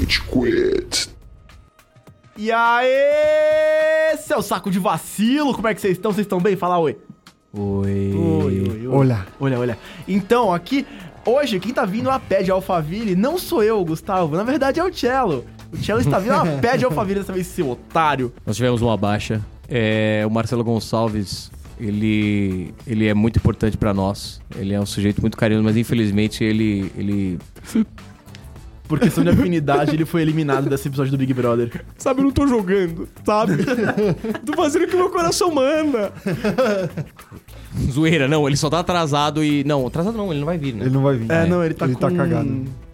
it quit. E aí, seu saco de vacilo, como é que vocês estão? Vocês estão bem? Fala oi. Oi. Oi, oi, oi. Olá. Olha, olha. Então, aqui, hoje, quem tá vindo a pé de Alphaville não sou eu, Gustavo. Na verdade, é o Cello. O Cello está vindo a pé de Alphaville dessa vez, seu otário. Nós tivemos uma baixa. É, o Marcelo Gonçalves, ele, ele é muito importante pra nós. Ele é um sujeito muito carinhoso, mas infelizmente ele, ele Por questão de afinidade, ele foi eliminado desse episódio do Big Brother. Sabe, eu não tô jogando, sabe? tô fazendo o que meu coração manda. Zoeira, não, ele só tá atrasado e. Não, atrasado não, ele não vai vir, né? Ele não vai vir. É, não, ele tá Ele com... tá cagado.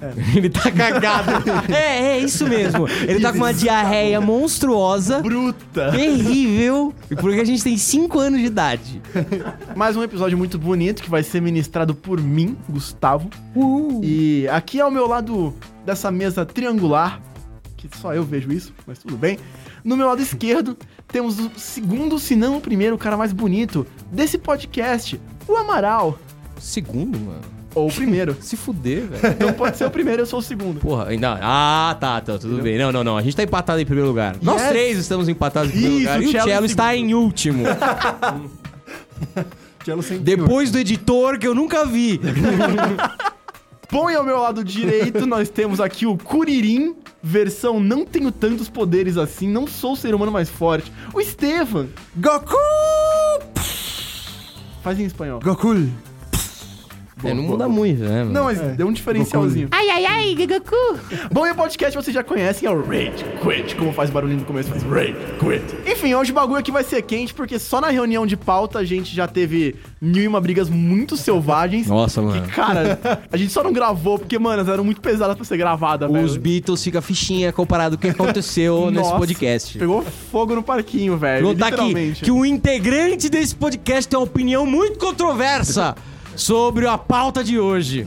Ele tá cagado. É, é isso mesmo. Ele tá com uma diarreia monstruosa, Bruta. terrível, e porque a gente tem 5 anos de idade. Mais um episódio muito bonito que vai ser ministrado por mim, Gustavo. E aqui ao meu lado dessa mesa triangular, que só eu vejo isso, mas tudo bem. No meu lado esquerdo, temos o segundo, se não o primeiro, cara mais bonito desse podcast, o Amaral. Segundo, mano. Ou o primeiro. Se fuder, velho. Não pode ser o primeiro, eu sou o segundo. Porra, ainda. Ah, tá, tá, tudo bem. Não, não, não. A gente tá empatado em primeiro lugar. Nós Yes. três estamos empatados em primeiro Isso, lugar. E o o Cello Cello, em está em último. Cello sem Depois do editor que eu nunca vi. Bom, e ao meu lado direito, nós temos aqui o Curirim, versão não tenho tantos poderes assim, não sou o ser humano mais forte. O Estevam, Goku! faz em espanhol. Goku! É, não muda muito, né? mano? Não, mas É. deu um diferencialzinho. Ai, ai, ai, Goku. Bom, e o podcast vocês já conhecem, é o Rage Quit. Como faz barulhinho no começo, faz Rage Quit. Enfim, hoje o bagulho aqui vai ser quente, porque só na reunião de pauta a gente já teve mil e uma brigas muito selvagens. Nossa, Que, mano. cara, a gente só não gravou, porque, mano, elas eram muito pesadas pra ser gravada, Os velho. Beatles fica fichinha comparado com o que aconteceu nesse Nossa, podcast. Pegou fogo no parquinho, velho. Notar que, literalmente. que um integrante desse podcast tem uma opinião muito controversa sobre a pauta de hoje.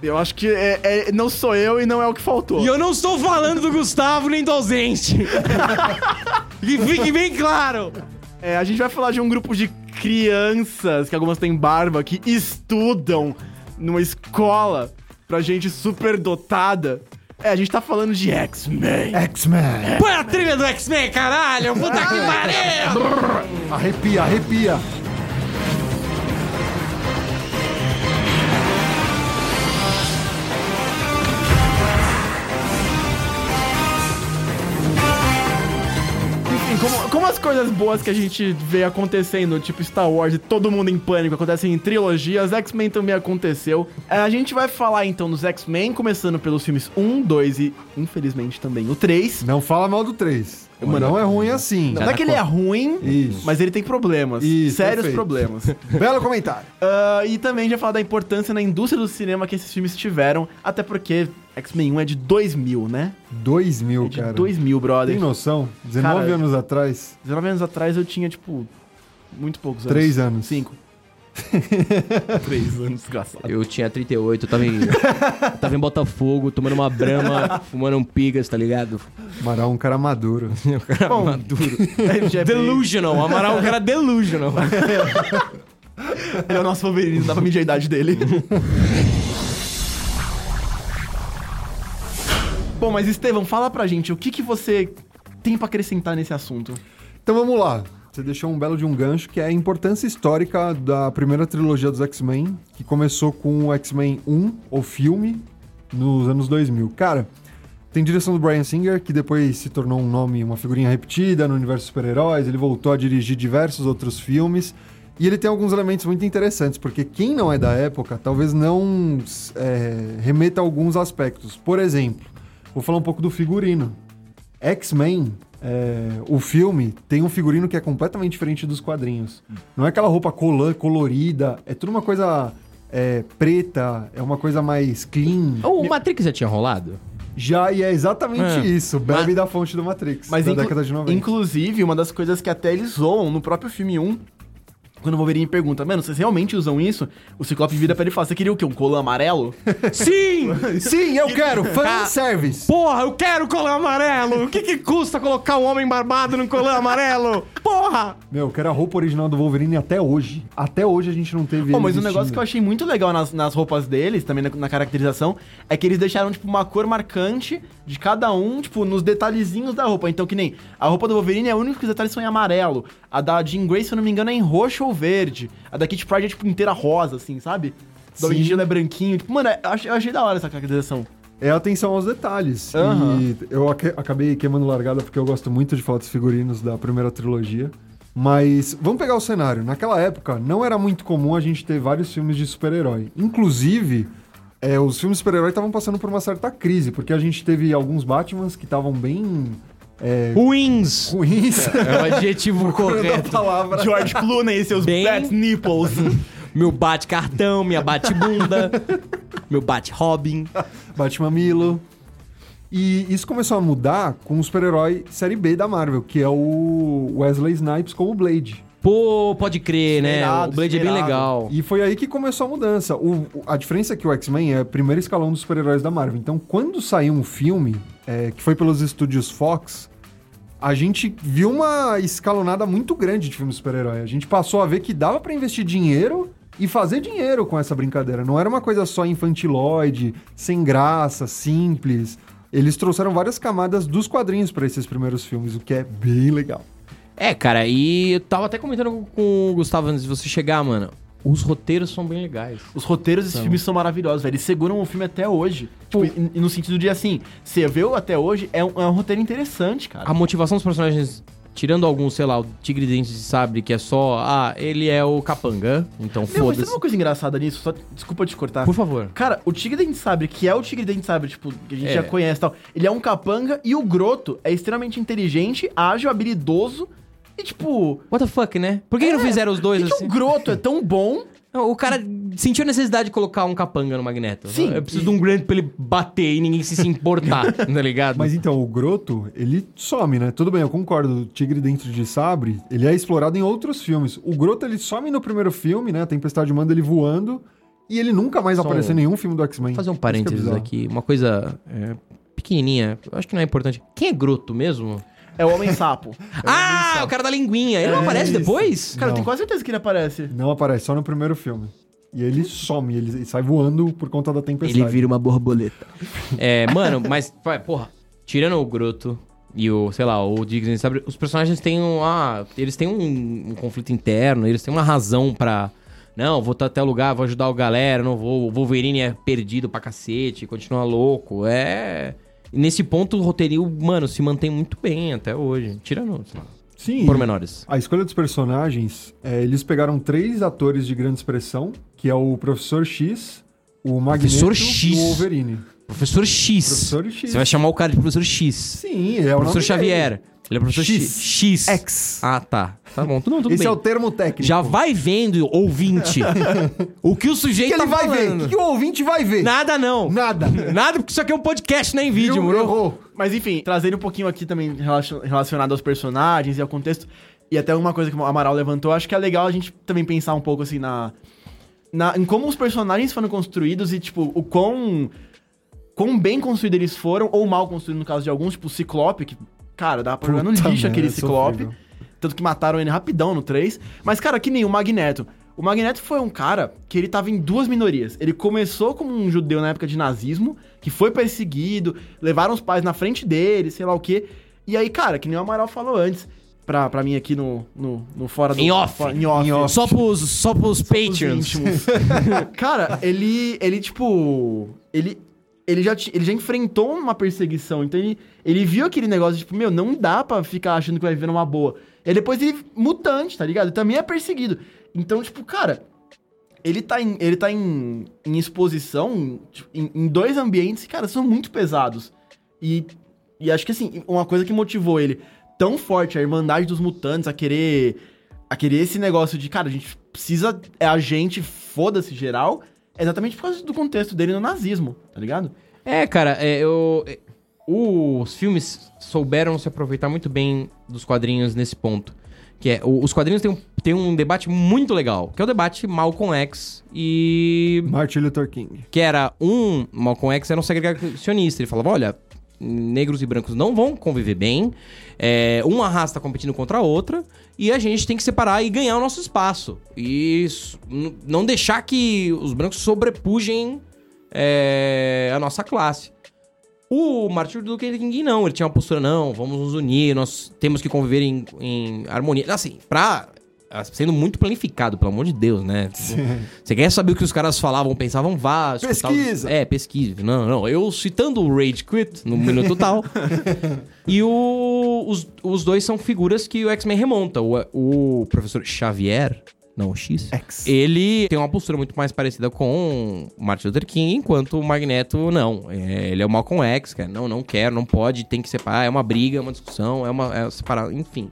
Eu acho que é- é- não sou eu e não é o que faltou. E eu não estou falando do Gustavo nem do ausente. que fique bem claro. É, a gente vai falar de um grupo de crianças, que algumas têm barba, que estudam numa escola pra gente superdotada. É, a gente tá falando de X-Men. X-Men! Põe a trilha do X-Men, caralho! Puta que pariu! Arrepia, arrepia! Enfim, como, como as coisas boas que a gente vê acontecendo, tipo Star Wars e todo mundo em pânico, acontecem em trilogias, X-Men também aconteceu. É, A gente vai falar então dos X-Men, começando pelos filmes 1, 2 e, infelizmente, também o 3. Não fala mal do 3. Mano, não é ruim assim. Não, é que ele é ruim, Isso. mas ele tem problemas. Isso, sérios perfeito. problemas. Belo comentário. Ah, e também já falar da importância na indústria do cinema que esses filmes tiveram, até porque X-Men 1 é de 2000, né? 2000, É de cara. 2000, brother. Tem noção? 19 Cara, anos atrás. 19 anos atrás eu tinha, tipo, muito poucos anos. Três anos. 5. 3 anos, desgraçado. Eu tinha 38, eu tava em, eu tava em Botafogo, tomando uma brama, fumando um pigas, tá ligado? Amaral é um cara maduro. Bom, ele já é bem- Delusional, Amaral é um cara delusional. Ele é o nosso Wolverine, não dá pra medir a idade dele. Bom, mas Estevão, fala pra gente, o que, que você tem pra acrescentar nesse assunto? Então vamos lá. Você deixou um belo de um gancho, que é a importância histórica da primeira trilogia dos X-Men, que começou com o X-Men 1, o filme, nos anos 2000. Cara, tem direção do Bryan Singer, que depois se tornou um nome, uma figurinha repetida no universo dos super-heróis. Ele voltou a dirigir diversos outros filmes. E ele tem alguns elementos muito interessantes, porque quem não é da época talvez não é, remeta a alguns aspectos. Por exemplo, vou falar um pouco do figurino. X-Men, é, o filme, tem um figurino que é completamente diferente dos quadrinhos. Hum. Não é aquela roupa colã, colorida, é tudo uma coisa é, preta, é uma coisa mais clean. o Matrix já tinha rolado? Já, e é exatamente É. isso, bebe Mas- da fonte do Matrix, Mas da inclu- década de 90. Inclusive, uma das coisas que até eles zoam no próprio filme 1 Quando o Wolverine pergunta, mano, vocês realmente usam isso? O Ciclope vira pra ele e fala, você queria o quê? Um colan amarelo? Sim! Sim, eu quero! Ah. Fanservice! Porra, eu quero colar amarelo! O que que custa colocar um homem barbado no colar amarelo? Porra! Meu, eu quero a roupa original do Wolverine até hoje. Até hoje a gente não teve. Pô, ele mas um vestindo. negócio que eu achei muito legal nas, nas roupas deles, também na, na caracterização, é que eles deixaram, tipo, uma cor marcante de cada um, tipo, nos detalhezinhos da roupa. Então, que nem a roupa do Wolverine é a única que os detalhes são em amarelo. A da Jean Grey, se eu não me engano, é em roxo ou verde. A da Kit Pride é, tipo, inteira rosa, assim, sabe? Do Sim. Gila é branquinho. Tipo, mano, é- eu achei, eu achei da hora essa caracterização. É atenção aos detalhes. Aham. E eu aque- acabei queimando largada porque eu gosto muito de falar dos figurinos da primeira trilogia. Mas vamos pegar o cenário. Naquela época, não era muito comum a gente ter vários filmes de super-herói. Inclusive, é, os filmes de super-herói estavam passando por uma certa crise, porque a gente teve alguns Batmans que estavam bem é, Ruins! ruins. É o adjetivo correto. palavra. George Clooney e seus Bem- bat nipples. Meu bate-cartão, minha bate-bunda, meu bate-robin. Batman Milo. E isso começou a mudar com o super-herói série B da Marvel, que é o Wesley Snipes como Blade. Pô, pode crer, né? Esmerado, o Blade é bem esmerado. legal. E foi aí que começou a mudança. O- o- a diferença é que o X-Men é o primeiro escalão dos super-heróis da Marvel. Então, quando saiu um filme, é, que foi pelos estúdios Fox, a gente viu uma escalonada muito grande de filmes de super-herói. A gente passou a ver que dava pra investir dinheiro e fazer dinheiro com essa brincadeira. Não era uma coisa só infantiloide, sem graça, simples. Eles trouxeram várias camadas dos quadrinhos pra esses primeiros filmes, o que é bem legal. É, cara, e eu tava até comentando com o Gustavo antes de você chegar, mano. Os roteiros são bem legais. Os roteiros Então. desses filmes são maravilhosos, velho. Eles seguram o filme até hoje. Tipo, e- e no sentido de assim, você viu até hoje, é um, é um roteiro interessante, cara. A motivação dos personagens, tirando alguns, sei lá, o Tigre de Dentes de Sabre, que é só, ah, ele é o capanga, Meu, então mas tem foda-se. uma coisa engraçada nisso, só desculpa te cortar. Por favor. Cara, o Tigre Dente Sabre, que é o Tigre Dente Sabre, tipo, que a gente É. já conhece e tal, ele é um capanga e o Groto é extremamente inteligente, ágil, habilidoso e, tipo... What the fuck, né? Por que, É, que não fizeram os Por dois que, que assim? o Groto é tão bom? Não, O cara sentiu a necessidade de colocar um capanga no Magneto. Sim. Eu preciso de um grande pra ele bater e ninguém se, se importar, tá ligado? Mas então, o Groto, ele some, né? Tudo bem, eu concordo. O Tigre Dentro de Sabre, ele é explorado em outros filmes. O Groto, ele some no primeiro filme, né? A Tempestade manda ele voando. E ele nunca mais Só apareceu um- em nenhum filme do X-Men. Vou fazer um Isso que é parênteses bizarro. aqui, uma coisa é, pequenininha, eu acho que não é importante. Quem é Groto mesmo? É o Homem-Sapo. ah, o cara da linguinha. Ele não aparece isso. depois? Cara, eu Não. tenho quase certeza que ele aparece. Não aparece, só no primeiro filme. E ele some, ele ele sai voando por conta da tempestade. uma borboleta. É, mano, mas, vai, porra, tirando o Groto e o, sei lá, o Diggs, sabe? Os personagens têm um. Ah, eles têm um, um conflito interno, eles têm uma razão pra. Não, vou tá até o lugar, vou ajudar o galera, não vou. O Wolverine é perdido pra cacete, continua louco. É. E Nesse ponto, o roteirinho, mano, se mantém muito bem até hoje. Tirando, sei lá, Sim. pormenores. A escolha dos personagens, é, eles pegaram três atores de grande expressão, que é o Professor X, o Magneto Professor X. e o Wolverine. Professor X. Professor X. Você vai chamar o cara de Professor X. Sim, é Professor o nome dele. Xavier. Ele é professor X. X. X. X. Ah, tá. Tá bom. Tudo, tudo Esse bem. é o termo técnico. Já vai vendo, ouvinte, o que o sujeito que tá ele vai ver? O falando. que, que o ouvinte vai ver? Nada não. Nada. Nada, porque isso aqui é um podcast, não é em vídeo, Viu? moro? Errou. Mas enfim, trazendo um pouquinho aqui também relacion- relacionado aos personagens e ao contexto, e até uma coisa que o Amaral levantou, acho que é legal a gente também pensar um pouco assim na, na- em como os personagens foram construídos e tipo o quão quão bem construídos eles foram ou mal construídos no caso de alguns, tipo o Ciclope, que cara, dá pra jogar no Puta lixo merda, aquele é Ciclope. sofrível. Tanto que mataram ele rapidão no 3. Mas, cara, que nem o Magneto. O Magneto foi um cara que ele tava em duas minorias. Ele começou como um judeu na época de nazismo, que foi perseguido, levaram os pais na frente dele, sei lá o quê. E aí, cara, que nem o Amaral falou antes, pra, pra mim aqui no, no, no fora do... Em off. fora- em off. Em off. Só pros, só pros Os Patreons. íntimos. cara, ele, ele tipo... Ele... Ele já, ti- ele já enfrentou uma perseguição, então ele, ele viu aquele negócio, tipo, meu, não dá pra ficar achando que vai viver numa boa. E aí depois ele mutante, tá ligado? Ele também é perseguido. Então, tipo, cara, ele tá em, ele tá em, em exposição tipo, em, em dois ambientes que, cara, são muito pesados. E, e acho que, assim, uma coisa que motivou ele tão forte, a Irmandade dos Mutantes, a querer, a querer esse negócio de, cara, a gente precisa, é a gente, foda-se geral, é exatamente por causa do contexto dele no nazismo, tá ligado? É, cara, é, eu, é, os filmes souberam se aproveitar muito bem dos quadrinhos nesse ponto. Que é, o- os quadrinhos têm um, têm um debate muito legal, que é o debate Malcolm X e Martin Luther King. que era um Malcolm X era um segregacionista. Ele falava, olha, negros e brancos não vão conviver bem, é, uma raça tá competindo contra a outra e a gente tem que separar e ganhar o nosso espaço e s- n- não deixar que os brancos sobrepujem é, a nossa classe. O Martin Luther King não, ele tinha uma postura, não, vamos nos unir, nós temos que conviver em, em harmonia. Assim, pra. ah, Sendo muito planificado, pelo amor de Deus, né? Você quer saber o que os caras falavam, pensavam, vá. escutar os- Pesquisa! É, pesquisa. Não, não. Eu citando o Rage Quit no Minuto Tal. e o- os, os dois são figuras que o X-Men remonta. O, o professor Xavier. Não, o X. X. Ele tem uma postura muito mais parecida com o Martin Luther King, enquanto o Magneto não. É, ele é o Malcolm X, cara. Não, não quer, não pode, tem que separar. É uma briga, é uma discussão, é uma é separar, enfim.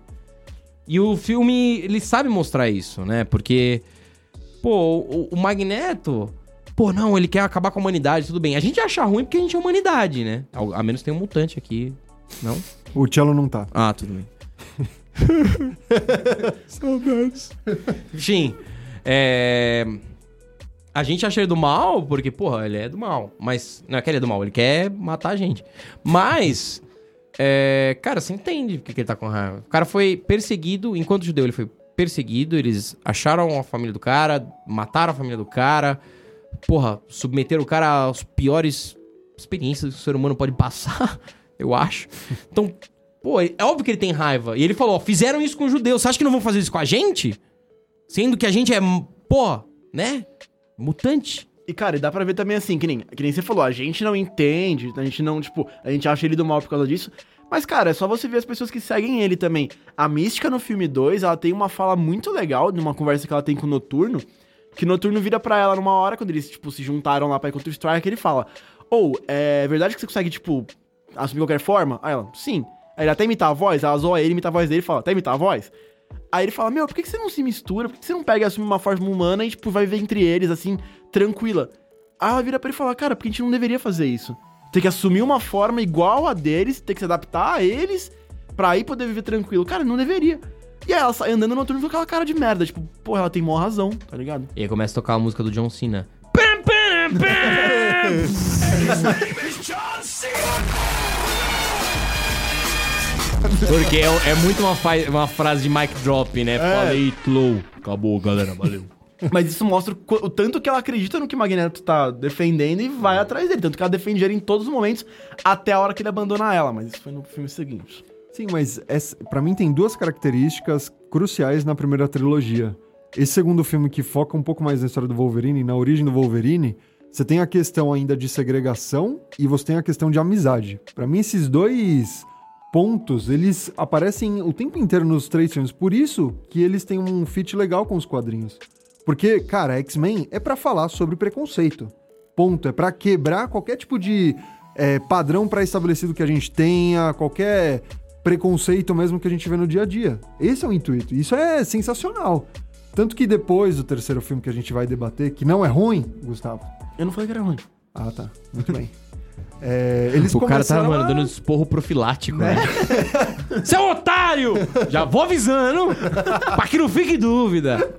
E o filme, ele sabe mostrar isso, né? Porque, pô, o, o Magneto, pô, não, ele quer acabar com a humanidade, tudo bem. A gente acha ruim porque a gente é humanidade, né? Ao- A menos tem um mutante aqui. Não? O Cello não tá. Ah, tudo bem. Saudades. Enfim, é... A gente acha ele do mal, porque, porra, ele é do mal. Mas, não é que ele é do mal, ele quer matar a gente. Mas, é, cara, você entende porque que ele tá com raiva. O cara foi perseguido, enquanto judeu ele foi perseguido, eles acharam a família do cara, mataram a família do cara, porra, submeteram o cara às piores experiências que o ser humano pode passar, eu acho. Então, Pô, é óbvio que ele tem raiva. E ele falou, ó, fizeram isso com os judeus. Você acha que não vão fazer isso com a gente? Sendo que a gente é, pô, né? Mutante. E, cara, e dá pra ver também assim, que nem, que nem você falou, a gente não entende, a gente não, tipo, a gente acha ele do mal por causa disso. Mas, cara, é só você ver as pessoas que seguem ele também. A Mística no filme 2, ela tem uma fala muito legal numa conversa que ela tem com o Noturno, que o Noturno vira pra ela numa hora, quando eles, tipo, se juntaram lá pra ir contra o Strike, ele fala, ou, é verdade que você consegue, tipo, assumir qualquer forma? Aí ela, sim. Aí ele até imitar a voz, ela zoa ele, imita a voz dele e fala, até imitar a voz? Aí ele fala, meu, por que, que você não se mistura? Por que, que você não pega e assume uma forma humana e, tipo, vai viver entre eles, assim, tranquila? Aí ela vira pra ele e fala, cara, porque a gente não deveria fazer isso. Tem que assumir uma forma igual a deles, tem que se adaptar a eles pra aí poder viver tranquilo. Cara, não deveria. E aí ela sai andando no turno com aquela cara de merda, tipo, porra, ela tem maior razão, tá ligado? E aí começa a tocar a música do John Cena. Porque é, é muito uma, fa- uma frase de mic drop, né? Falei, low. Acabou, galera, valeu. Mas isso mostra o qu- o tanto que ela acredita no que o Magneto tá defendendo e vai atrás dele. Tanto que ela defende ele em todos os momentos, até a hora que ele abandona ela. Mas isso foi no filme seguinte. Sim, mas essa, pra mim tem duas características cruciais na primeira trilogia. Esse segundo filme que foca um pouco mais na história do Wolverine, na origem do Wolverine, você tem a questão ainda de segregação e você tem a questão de amizade. Pra mim esses dois pontos, eles aparecem o tempo inteiro nos três filmes, por isso que eles têm um fit legal com os quadrinhos. Porque, cara, X-Men é pra falar sobre preconceito. Ponto. É pra quebrar qualquer tipo de é, padrão pré-estabelecido que a gente tenha, qualquer preconceito mesmo que a gente vê no dia a dia. Esse é o intuito. Isso é sensacional. Tanto que depois do terceiro filme que a gente vai debater, que não é ruim, Gustavo. Eu não falei que era ruim. Ah, tá. Muito bem. É, eles O cara tá, começaram mano, a- dando esporro profilático, né? Você é um otário! Já vou avisando! pra que não fique dúvida.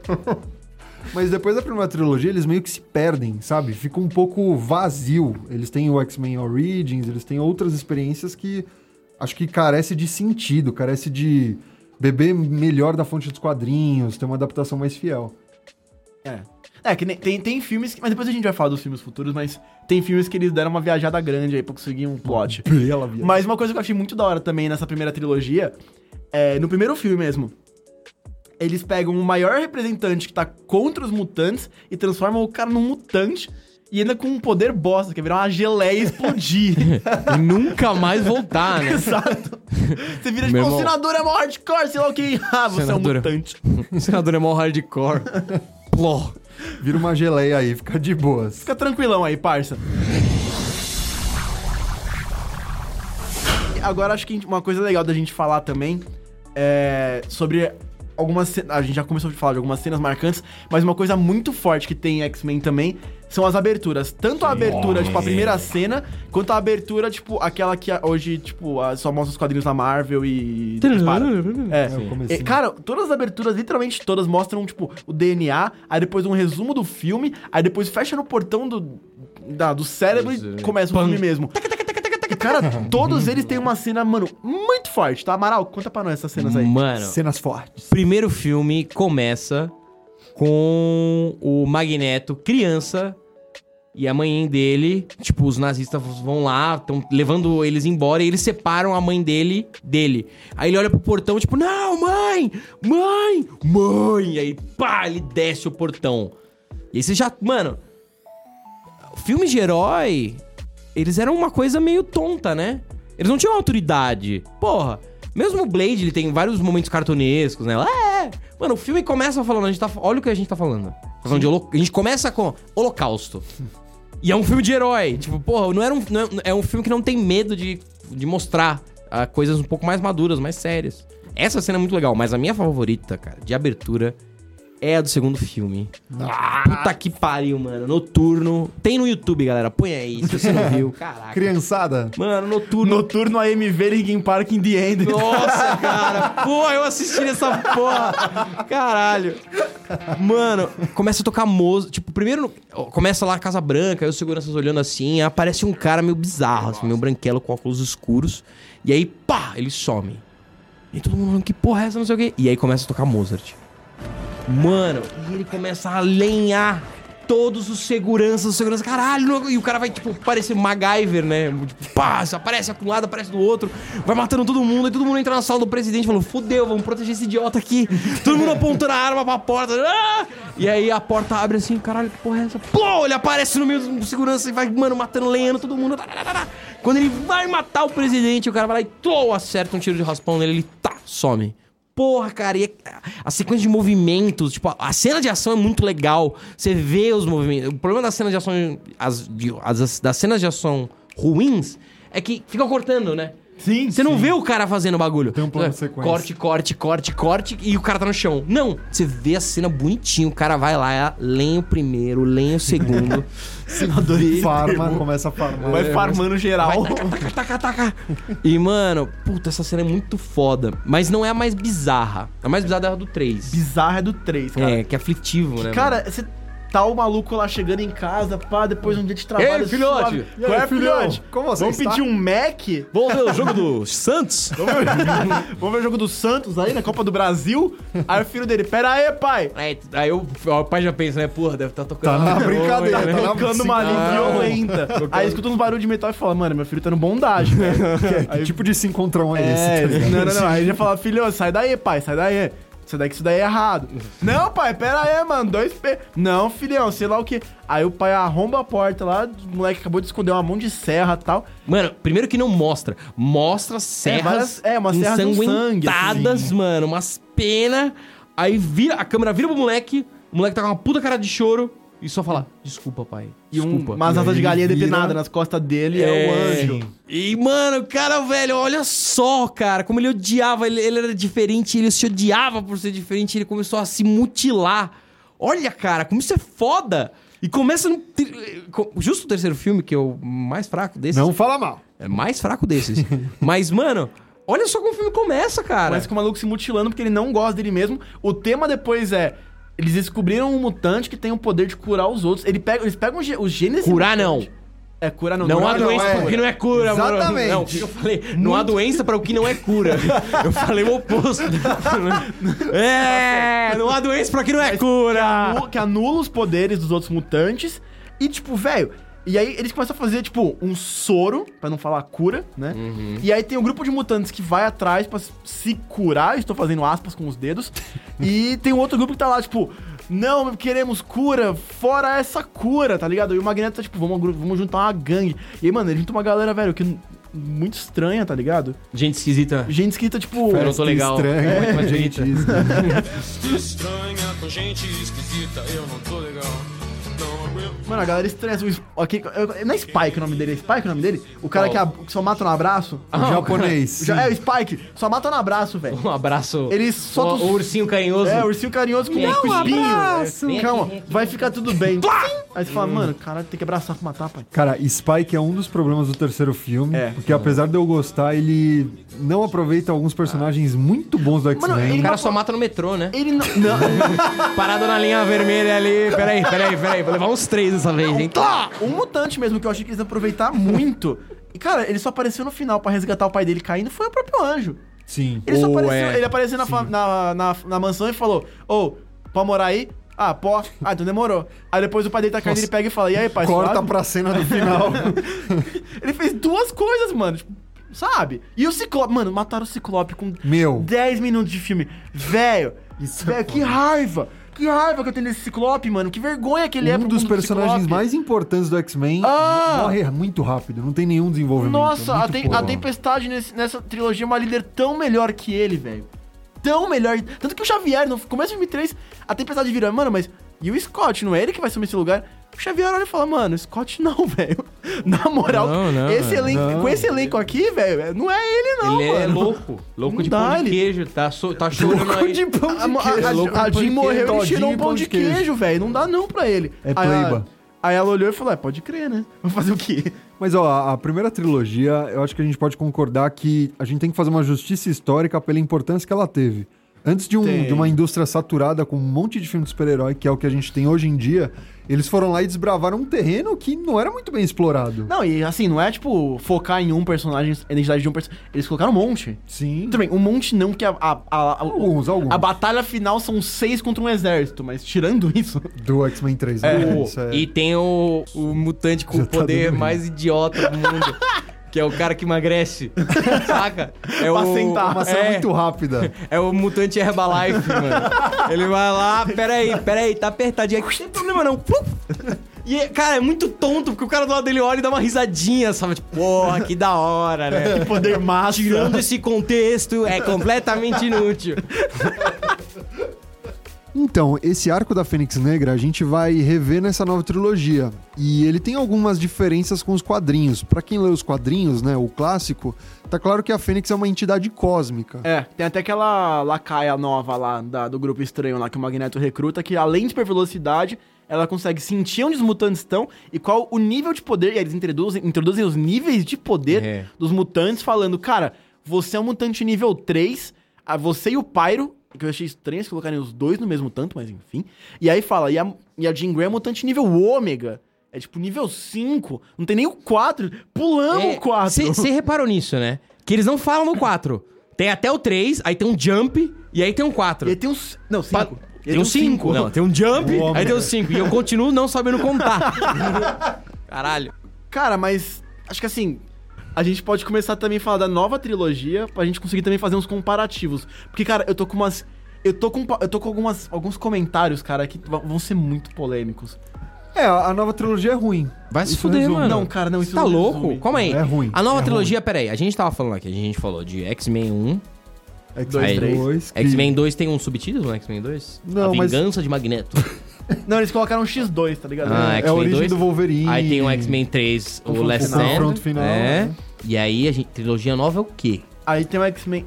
Mas depois da primeira trilogia, eles meio que se perdem, sabe? Fica um pouco vazio. Eles têm o X-Men Origins, eles têm outras experiências que acho que carece de sentido, carece de beber melhor da fonte dos quadrinhos, ter uma adaptação mais fiel. É. É, que nem- tem, tem filmes. que- Mas depois a gente vai falar dos filmes futuros, mas tem filmes que eles deram uma viajada grande aí pra conseguir um plot. Bela viagem. Mas uma coisa que eu achei muito da hora também nessa primeira trilogia é no primeiro filme mesmo. Eles pegam o maior representante que tá contra os mutantes e transformam o cara num mutante e ainda com um poder bosta, que é virar uma geleia e explodir. E nunca mais voltar, né? Exato. Você vira tipo, Meu irmão. o senador é mó hardcore, sei lá o que. Ah, você Senador. é um mutante. O senador é mó hardcore. Pló. Vira uma geleia aí, fica de boas. Fica tranquilão aí, parça. Agora acho que uma coisa legal da gente falar também é sobre algumas cenas. A gente já começou a falar de algumas cenas marcantes, mas uma coisa muito forte que tem em X-Men também são as aberturas. Tanto a abertura, tipo, a primeira cena, quanto a abertura, tipo, aquela que a- hoje, tipo, a- só mostra os quadrinhos da Marvel e. dispara. É. né, É, o É, comecinho. cara, todas as aberturas, literalmente todas, mostram, tipo, o DNA, aí depois um resumo do filme, aí depois fecha no portão do, da- do cérebro Pois e é. começa o filme mesmo. E, cara, todos eles têm uma cena, mano, muito forte, tá? Amaral, conta pra nós essas cenas aí. Mano, Cenas fortes. primeiro filme começa com o Magneto criança e a mãe dele, tipo, os nazistas vão lá, estão levando eles embora e eles separam a mãe dele dele. Aí ele olha pro portão, tipo, não, mãe! Mãe! Mãe! E aí, pá, ele desce o portão. E aí você já, mano, filmes de herói, eles eram uma coisa meio tonta, né? Eles não tinham autoridade. Porra, mesmo o Blade, ele tem vários momentos cartunescos, né? É, é. Mano, o filme começa falando, a gente tá, olha o que a gente tá falando. Tá falando de holo- a gente começa com Holocausto. E é um filme de herói. Tipo, porra, não era um, não é, é um filme que não tem medo de, de mostrar ah, coisas um pouco mais maduras, mais sérias. Essa cena é muito legal, mas a minha favorita, cara, de abertura, é a do segundo filme. Puta que pariu, mano. Noturno. Tem no YouTube, galera. Põe aí, se você não viu. Caraca. Criançada, Mano, noturno. Noturno AMV Linkin Park in the End. Nossa, cara. Pô, eu assisti essa porra. Caralho. Mano, começa a tocar música. Tipo, primeiro ó, começa lá a Casa Branca, aí os seguranças olhando assim, aí aparece um cara meio bizarro, assim, meio branquelo com óculos escuros. E aí, pá, ele some. E todo mundo falando, que porra é essa, não sei o quê. E aí começa a tocar Mozart. Mano, e ele começa a lenhar todos os seguranças, os seguranças, caralho, louco. e o cara vai, tipo, parecer MacGyver, né? Tipo, pá, se aparece com um lado, aparece do outro, vai matando todo mundo, e todo mundo entra na sala do presidente falando, fudeu, vamos proteger esse idiota aqui. todo mundo apontando a arma pra porta, ah! e aí a porta abre assim, caralho, que porra é essa? Pô, ele aparece no meio do segurança e vai, mano, matando, lenhando todo mundo. tararara. Quando ele vai matar o presidente, o cara vai lá e tô, acerta um tiro de raspão nele, ele tá, some. Porra, cara, e a- a sequência de movimentos, tipo, a- a cena de ação é muito legal. Você vê os movimentos. O problema das cenas de ação. As, de- as- as- das cenas de ação ruins é que fica cortando, né? Sim, Você não vê o cara fazendo o bagulho. É, Tem um plano de sequência. Corte, corte, corte, corte, e o cara tá no chão. Não, você vê a cena bonitinho, o cara vai lá, lenha o primeiro, lenha o segundo. Adorei. farma, começa a farmar. Vai farmando geral. Vai, taca, taca, taca, taca. E, mano, puta, essa cena é muito foda. Mas não é a mais bizarra. A mais bizarra é a do 3. Bizarro é do 3, cara. É, que é aflitivo, né? Cara, você tá o maluco lá chegando em casa, pá, depois um dia de trabalho. Ei, filhote! suave. E aí, Qual é, filhão? filhote? Como você Vamos está? pedir um Mac? Vamos ver o jogo do Santos? Vamos ver o jogo do Santos aí na Copa do Brasil. Aí o filho dele, pera aí, pai. É, aí eu- o pai já pensa, né? Porra, deve estar tocando. Tá na Oi, brincadeira, né? tá na Tocando uma linha violenta. Aí escuta uns barulhos de metal e fala, mano, meu filho tá no bondagem, velho. Que tipo de se encontrar um é, É, esse? tá ligado? não, não, não. Aí ele já fala, filho, sai daí, pai, sai daí. Isso daí que isso daí é errado. Não, pai, pera aí, mano. Dois P. Não, filhão, sei lá o que. Aí o pai arromba a porta lá, o moleque acabou de esconder uma mão de serra e tal. Mano, primeiro que não mostra. Mostra serras várias- é, umas serras com sangue, ensanguentadas, mano. Umas penas. Aí vira, a câmera vira pro moleque. O moleque tá com uma puta cara de choro. E só fala, desculpa, pai. E um, Desculpa. umas asas de ele galinha vira- depenada nas costas dele, é, o anjo. E, mano, cara, velho, olha só, cara, como ele odiava, ele, ele era diferente, ele se odiava por ser diferente, ele começou a se mutilar. Olha, cara, como isso é foda! E começa no. ter- co- Justo o terceiro filme, que é o mais fraco desses. Não fala mal. É mais fraco desses. Mas, mano, olha só como o filme começa, cara. Parece que o maluco se mutilando porque ele não gosta dele mesmo. O tema depois é. Eles descobriram um mutante que tem o poder de curar os outros. Ele pega, eles pegam os gê- os genes. desse Curar, mutante. não. É, curar não. Não há curar doença é. para o que não é cura, mano. Exatamente. Não, o que eu falei? Não há doença para o que não é cura. Eu falei o oposto. é, não há doença para o que não é cura. Anu- que anula os poderes dos outros mutantes. E, tipo, velho. E aí eles começam a fazer, tipo, um soro, pra não falar cura, né? E aí tem um grupo de mutantes que vai atrás pra se curar, estou fazendo aspas com os dedos. e tem um outro grupo que tá lá, tipo, não, queremos cura, fora essa cura, tá ligado? E o Magneto tá, tipo, vamos, agru- vamos juntar uma gangue. E aí, mano, ele junta uma galera, velho, que n- muito estranha, tá ligado? Gente esquisita. Gente escrita, tipo. Eu não tô legal. É É, Estranho, Muito mais gente. bonita. isso. estranha com gente esquisita, eu não tô legal. Não Mano, a galera estressa. o Sp- aqui- eu- eu- Não é Spike o nome dele, é Spike o nome dele? O cara que, ab- que só mata no abraço. Ah, O japonês. Já- sim. é, o Spike, só mata no abraço, velho. Um abraço. Ele solta o, o ursinho carinhoso. É, o ursinho carinhoso com Vem com aqui, espinho. abraço. é. Vem aqui, Calma, vem aqui. Hum. vai ficar tudo bem. Aí você fala, mano, caralho, tem que abraçar pra matar, pai. Cara, Spike é um dos problemas do terceiro filme, É. porque apesar de eu gostar, ele não aproveita alguns personagens muito bons do O X-Men. ele- cara só mata no metrô, né? é Ele não. não Parado na linha vermelha ali. Peraí, peraí, peraí. Vou levar uns três dessa vez, hein? tá! Um mutante mesmo que eu achei que eles iam aproveitar muito. E, cara, ele só apareceu no final pra resgatar o pai dele caindo, foi o próprio anjo. Sim. Ele só Ou apareceu, é- ele apareceu na, fa- na, na, na mansão e falou: Ô, pode morar aí? Ah, pó. Ah, então demorou. Aí depois o pai dele tá caindo, ele pega e fala: E aí, pai? Corta suave?" pra cena do final. Ele fez duas coisas, mano. tipo, sabe? E o Ciclope. Mano, mataram o Ciclope com Meu. 10 minutos de filme. Velho. Isso é Velho, que raiva. Que raiva que eu tenho desse Ciclope, mano. Que vergonha que ele é um pro dos mundo personagens Ciclope. mais importantes do X-Men Ah! morre muito rápido, não tem nenhum desenvolvimento. É Nossa, a, muito tem- pouco. a Tempestade nesse- nessa trilogia é uma líder tão melhor que ele, velho. Tão melhor. Tanto que o Xavier, no começo do filme 3, a Tempestade vira, mano, mas. E o Scott, não é ele que vai assumir esse lugar? O Xavier olha e fala, mano, Scott não, velho. Na moral, Não, não, esse mano, elenco, não. com esse elenco aqui, velho, não é ele, não, ele mano. é louco. Louco Não de dá, pão de ele- queijo. Tá, so, tá chorando aí. de pão A, a- queijo. a- Louco a Jean de pão de queijo, morreu e todinho cheirou um e pão de queijo, velho. Não dá não pra ele. É aí, ela, pleiba. aí ela olhou e falou, é, pode crer, né? Vou fazer o quê? Mas ó, a- a primeira trilogia, eu acho que a gente pode concordar que a gente tem que fazer uma justiça histórica pela importância que ela teve. Antes de, um- Tem. de uma indústria saturada com um monte de filme de super-herói, que é o que a gente tem hoje em dia, eles foram lá e desbravaram um terreno que não era muito bem explorado. Não, e assim, não é tipo focar em um personagem, a identidade de um personagem. Eles colocaram um monte. Sim. Tudo bem, um monte não, que a, a, a, a- Alguns, alguns. a batalha final são seis contra um exército, mas tirando isso. Do X-Men 3. O- né? Isso é- E tem o, o mutante com Já o tá poder dormindo. mais idiota do mundo. Que é o cara que emagrece. Saca? É Pra o, sentar, Uma mas cena é, muito rápida. é o mutante Herbalife, mano. Ele vai lá, peraí, peraí, tá apertadinho aqui. Não tem problema não. Plum. E, é, cara, é muito tonto, porque o cara do lado dele olha e dá uma risadinha, sabe? Tipo, porra, que da hora, né? Tipo, Poder massa. Tirando esse contexto, é completamente inútil. Então, esse arco da Fênix Negra a gente vai rever nessa nova trilogia. E ele tem algumas diferenças com os quadrinhos. Pra quem lê os quadrinhos, né, o clássico, tá claro que a Fênix é uma entidade cósmica. É, tem até aquela lacaia nova lá da- do grupo estranho lá que o Magneto recruta, que além de supervelocidade, ela consegue sentir onde os mutantes estão e qual o nível de poder. E aí eles introduzem, introduzem os níveis de poder É. dos mutantes, falando: cara, você é um mutante nível 3, a você e o Pyro. Que eu achei estranho eles colocarem os dois no mesmo tanto, mas enfim. E aí fala, e a, e a Jean Grey é mutante nível ômega. É tipo nível 5. Não tem nem o 4. Pulamos É, o 4. Você reparou nisso, né? Que eles não falam no 4. Tem até o 3, aí tem um jump, e aí tem um 4. E aí tem uns. Não, 5. Pa- Tem um 5. Não, tem um jump, aí tem um 5. E eu continuo não sabendo contar. Caralho. Cara, mas acho que assim, a gente pode começar também a falar da nova trilogia pra gente conseguir também fazer uns comparativos. Porque, cara, eu tô com umas. Eu tô com, pa- eu tô com algumas, alguns comentários, cara, que va- vão ser muito polêmicos. É, a a nova trilogia é ruim. Vai se Isso fuder, resume. mano. Não, cara, não, Você isso tá não louco? resume. Calma aí. É ruim, A nova é trilogia, peraí. A gente tava falando aqui, a gente falou de X-Men 1. X-Men Aí, 2. que- X-Men 2 tem um subtítulo no X-Men 2? Não, a mas- Vingança de Magneto. Não, eles colocaram um X2, tá ligado? Ah, É a X-Men origem 2. do Wolverine. Aí tem o X-Men 3, o Um Confronto Last final. Stand. Confronto final, É. né? E aí, a gente, trilogia nova é o quê? Aí tem o X-Men.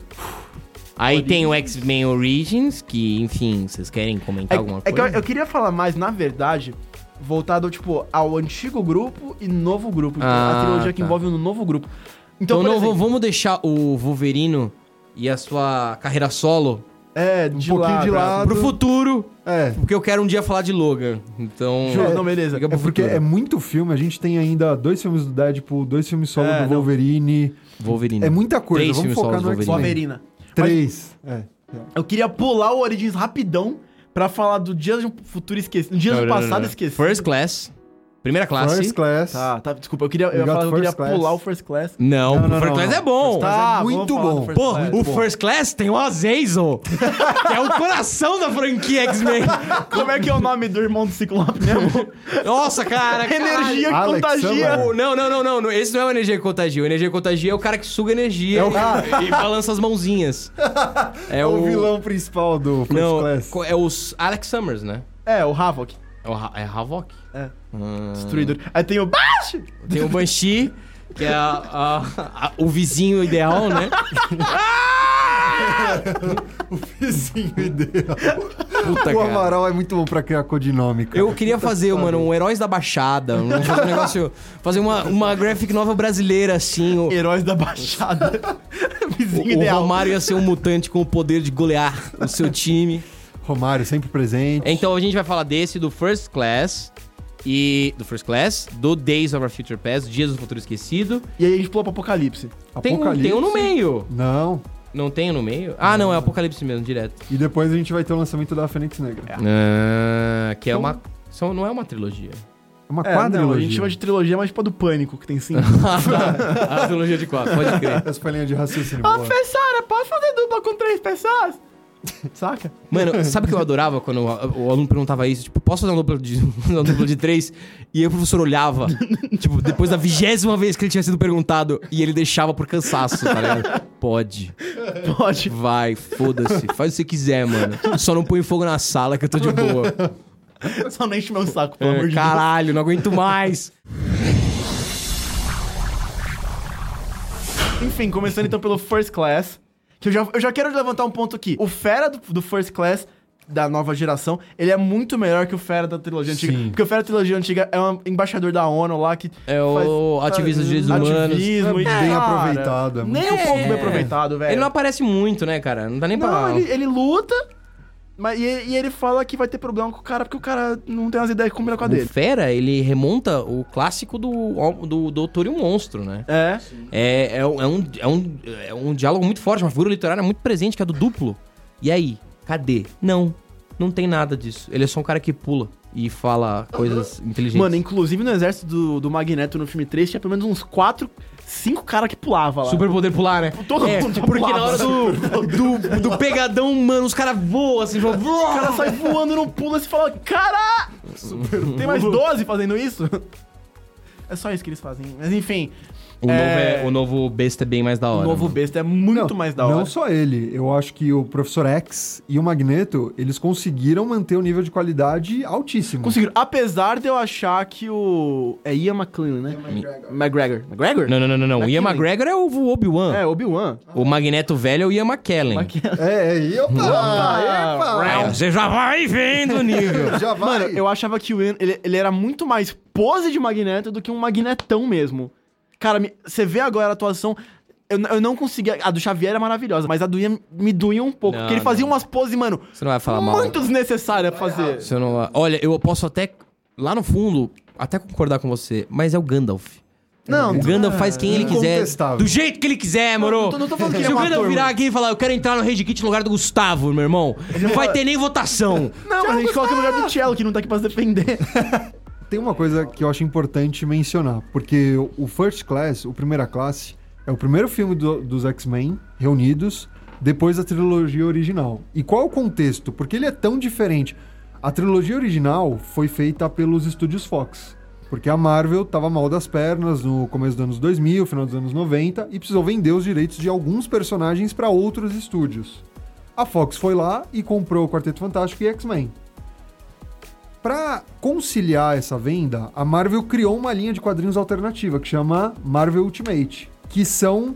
Aí tem o X-Men Origins, que, enfim, vocês querem É, comentar alguma é que eu, coisa? eu queria falar mais, na verdade, voltado, tipo, ao antigo grupo e novo grupo. Então, a Ah, trilogia que tá. envolve um novo grupo. Então, Então, por não, exemplo, vamos deixar o Wolverino e a sua carreira solo É, de um pouquinho lado. de lado. pro futuro, É. porque eu quero um dia falar de Logan. Então. Ju- não, beleza. fica É pro porque futuro. é muito filme, a gente tem ainda dois filmes do Deadpool, dois filmes solo É, do não. Wolverine. Wolverine. É muita coisa, Três vamos filmes focar solos no do X-Men. Wolverina. Mas- Três. É. Eu queria pular o Origins rapidão pra falar do dia de um futuro esquecido. Dia Não, do não, não, passado não. esquecido. First Class. Primeira classe. First Class. Tá, tá, desculpa. Eu queria, eu ia Obrigado, falar que eu queria First Class. pular o First Class. Tá, Não, o First Class é bom. Class é muito bom. Pô, Pô, o First Class tem o Azazel, que é o coração da franquia X-Men. como é que é o nome do irmão do Ciclope mesmo? Nossa, cara. caralho. Energia que Alex, contagia. chama. É O- Não, não, não, não, não. Esse não é o energia que contagia. O energia que contagia é o cara que suga energia e, e balança as mãozinhas. É É o vilão principal do First Não, Class. co- é os Alex Summers, né? É, o Havok. É, o, Ha- é Havok. É. Destruidor. Aí tem o Bash! Tem o Banshee, que é a- a- a- o vizinho ideal, né? Vizinho ideal. Puta, o cara. Amaral é muito bom pra criar codinome, cara. Eu queria fazer, mano, um Heróis da Baixada. Um fazer um negócio. Fazer uma, uma graphic nova brasileira, assim. O, Heróis da Baixada. Vizinho o ideal. Romário ia ser um mutante com o poder de golear o seu time. Romário, sempre presente. Então a gente vai falar desse, do First Class. E. Do First Class, do Days of Our Future Past, Dias do Futuro Esquecido. E aí a gente pula pro Apocalipse. Tem um, tem um no meio. Não. Não tem um no meio? Ah, não, é Apocalipse mesmo, direto. E depois a gente vai ter o lançamento da Fênix Negra. É, Ah, que é uma. São, não é uma trilogia. uma É, não, a gente chama de trilogia, mas tipo a do Pânico, que tem cinco. a trilogia de quatro, pode crer. As palhinhas É, de raciocínio. Ô, boa. professora, posso fazer dupla com três pessoas? Saca? Mano, sabe o que eu adorava quando o o aluno perguntava isso? Tipo, posso fazer uma dupla de, uma dupla de três? E aí o professor olhava, tipo, depois da vigésima vez que ele tinha sido perguntado, e ele deixava por cansaço, tá ligado? Pode, Pode. vai, foda-se, faz o que você quiser, mano. Só não põe fogo na sala que eu tô de boa. Só não enche meu saco, pelo amor de Deus. É, Caralho, não aguento mais. Enfim, começando então pelo First Class. Que eu já, eu já quero levantar um ponto aqui. O Fera do, do First Class, da nova geração, ele é muito melhor que o Fera da trilogia antiga. Sim. Porque o Fera da trilogia antiga é um embaixador da ONU lá que. É o ativista de direitos humanos. Ativismo, e- É bem cara, aproveitado, é nem muito um pouco bom. bem aproveitado, velho. Ele não aparece muito, né, cara? Não dá nem pra... Não, ele, ele luta. Mas, e, e ele fala que vai ter problema com o cara porque o cara não tem as ideias que combinam com a O dele. Fera, ele remonta o clássico do, do Doutor e o Monstro, né? É. É, é, um- é um, é, um, é um diálogo muito forte, uma figura literária muito presente, que é do duplo. E aí, cadê? Não, não tem nada disso. Ele é só um cara que pula e fala coisas inteligentes. Mano, inclusive no exército do, do Magneto no filme 3 tinha pelo menos uns 4, 5 caras que pulava lá. Super poder pular, né? Todo é, mundo Porque pulava. na hora do, do, do pegadão, mano, os caras voam assim, vão. O cara sai voando, não pula, você fala, cara! Tem mais 12 fazendo isso? É só isso que eles fazem. Mas enfim, O, novo É. é- o novo besta é bem mais da o hora. novo mano. besta é muito Não, mais da hora. Não só ele. Eu acho que o Professor X e o Magneto, eles conseguiram manter o nível de qualidade altíssimo. Conseguiram. Apesar de eu achar que o. É Ian McClane, né? McGregor. McGregor? Não, não, não, não. não. O Ian Daquele. McGregor é o Obi-Wan. É, Obi-Wan. O Magneto velho é o Ian McKellen. É, e opa! Aí epa! Você já vai vendo o nível. Já vai. Mano, eu achava que o Ian, ele, ele era muito mais pose de magneto do que um magnetão mesmo. Cara, me- você vê agora a atuação. Eu, n- eu não conseguia. A do Xavier é maravilhosa, mas a do Ian me doía um pouco. Não, porque ele fazia umas poses, mano, Você não vai falar mal. muito desnecessárias pra fazer. Você não vai- Olha, eu posso até, lá no fundo, até concordar com você, mas é o Gandalf. Não, O Gandalf faz quem ele quiser. Incontestável. Do jeito que ele quiser, moro. não tô- não tô falando que ele Se é o um Gandalf ator, virar mano. aqui e falar, eu quero entrar no Rei de Kit no lugar do Gustavo, meu irmão. Não vai ter nem votação. não, mas a gente coloca no lugar do Cello, que não tá aqui pra se defender. Tem uma coisa que eu acho importante mencionar, porque o First Class, o Primeira Classe, é o primeiro filme do- dos X-Men reunidos depois da trilogia original. E qual é o contexto? Porque ele é tão diferente. A trilogia original foi feita pelos estúdios Fox, porque a Marvel tava mal das pernas no começo dos anos 2000, final dos anos 90, e precisou vender os direitos de alguns personagens para outros estúdios. A Fox foi lá e comprou o Quarteto Fantástico e X-Men. Pra conciliar essa venda, a Marvel criou uma linha de quadrinhos alternativa que chama Marvel Ultimate, que são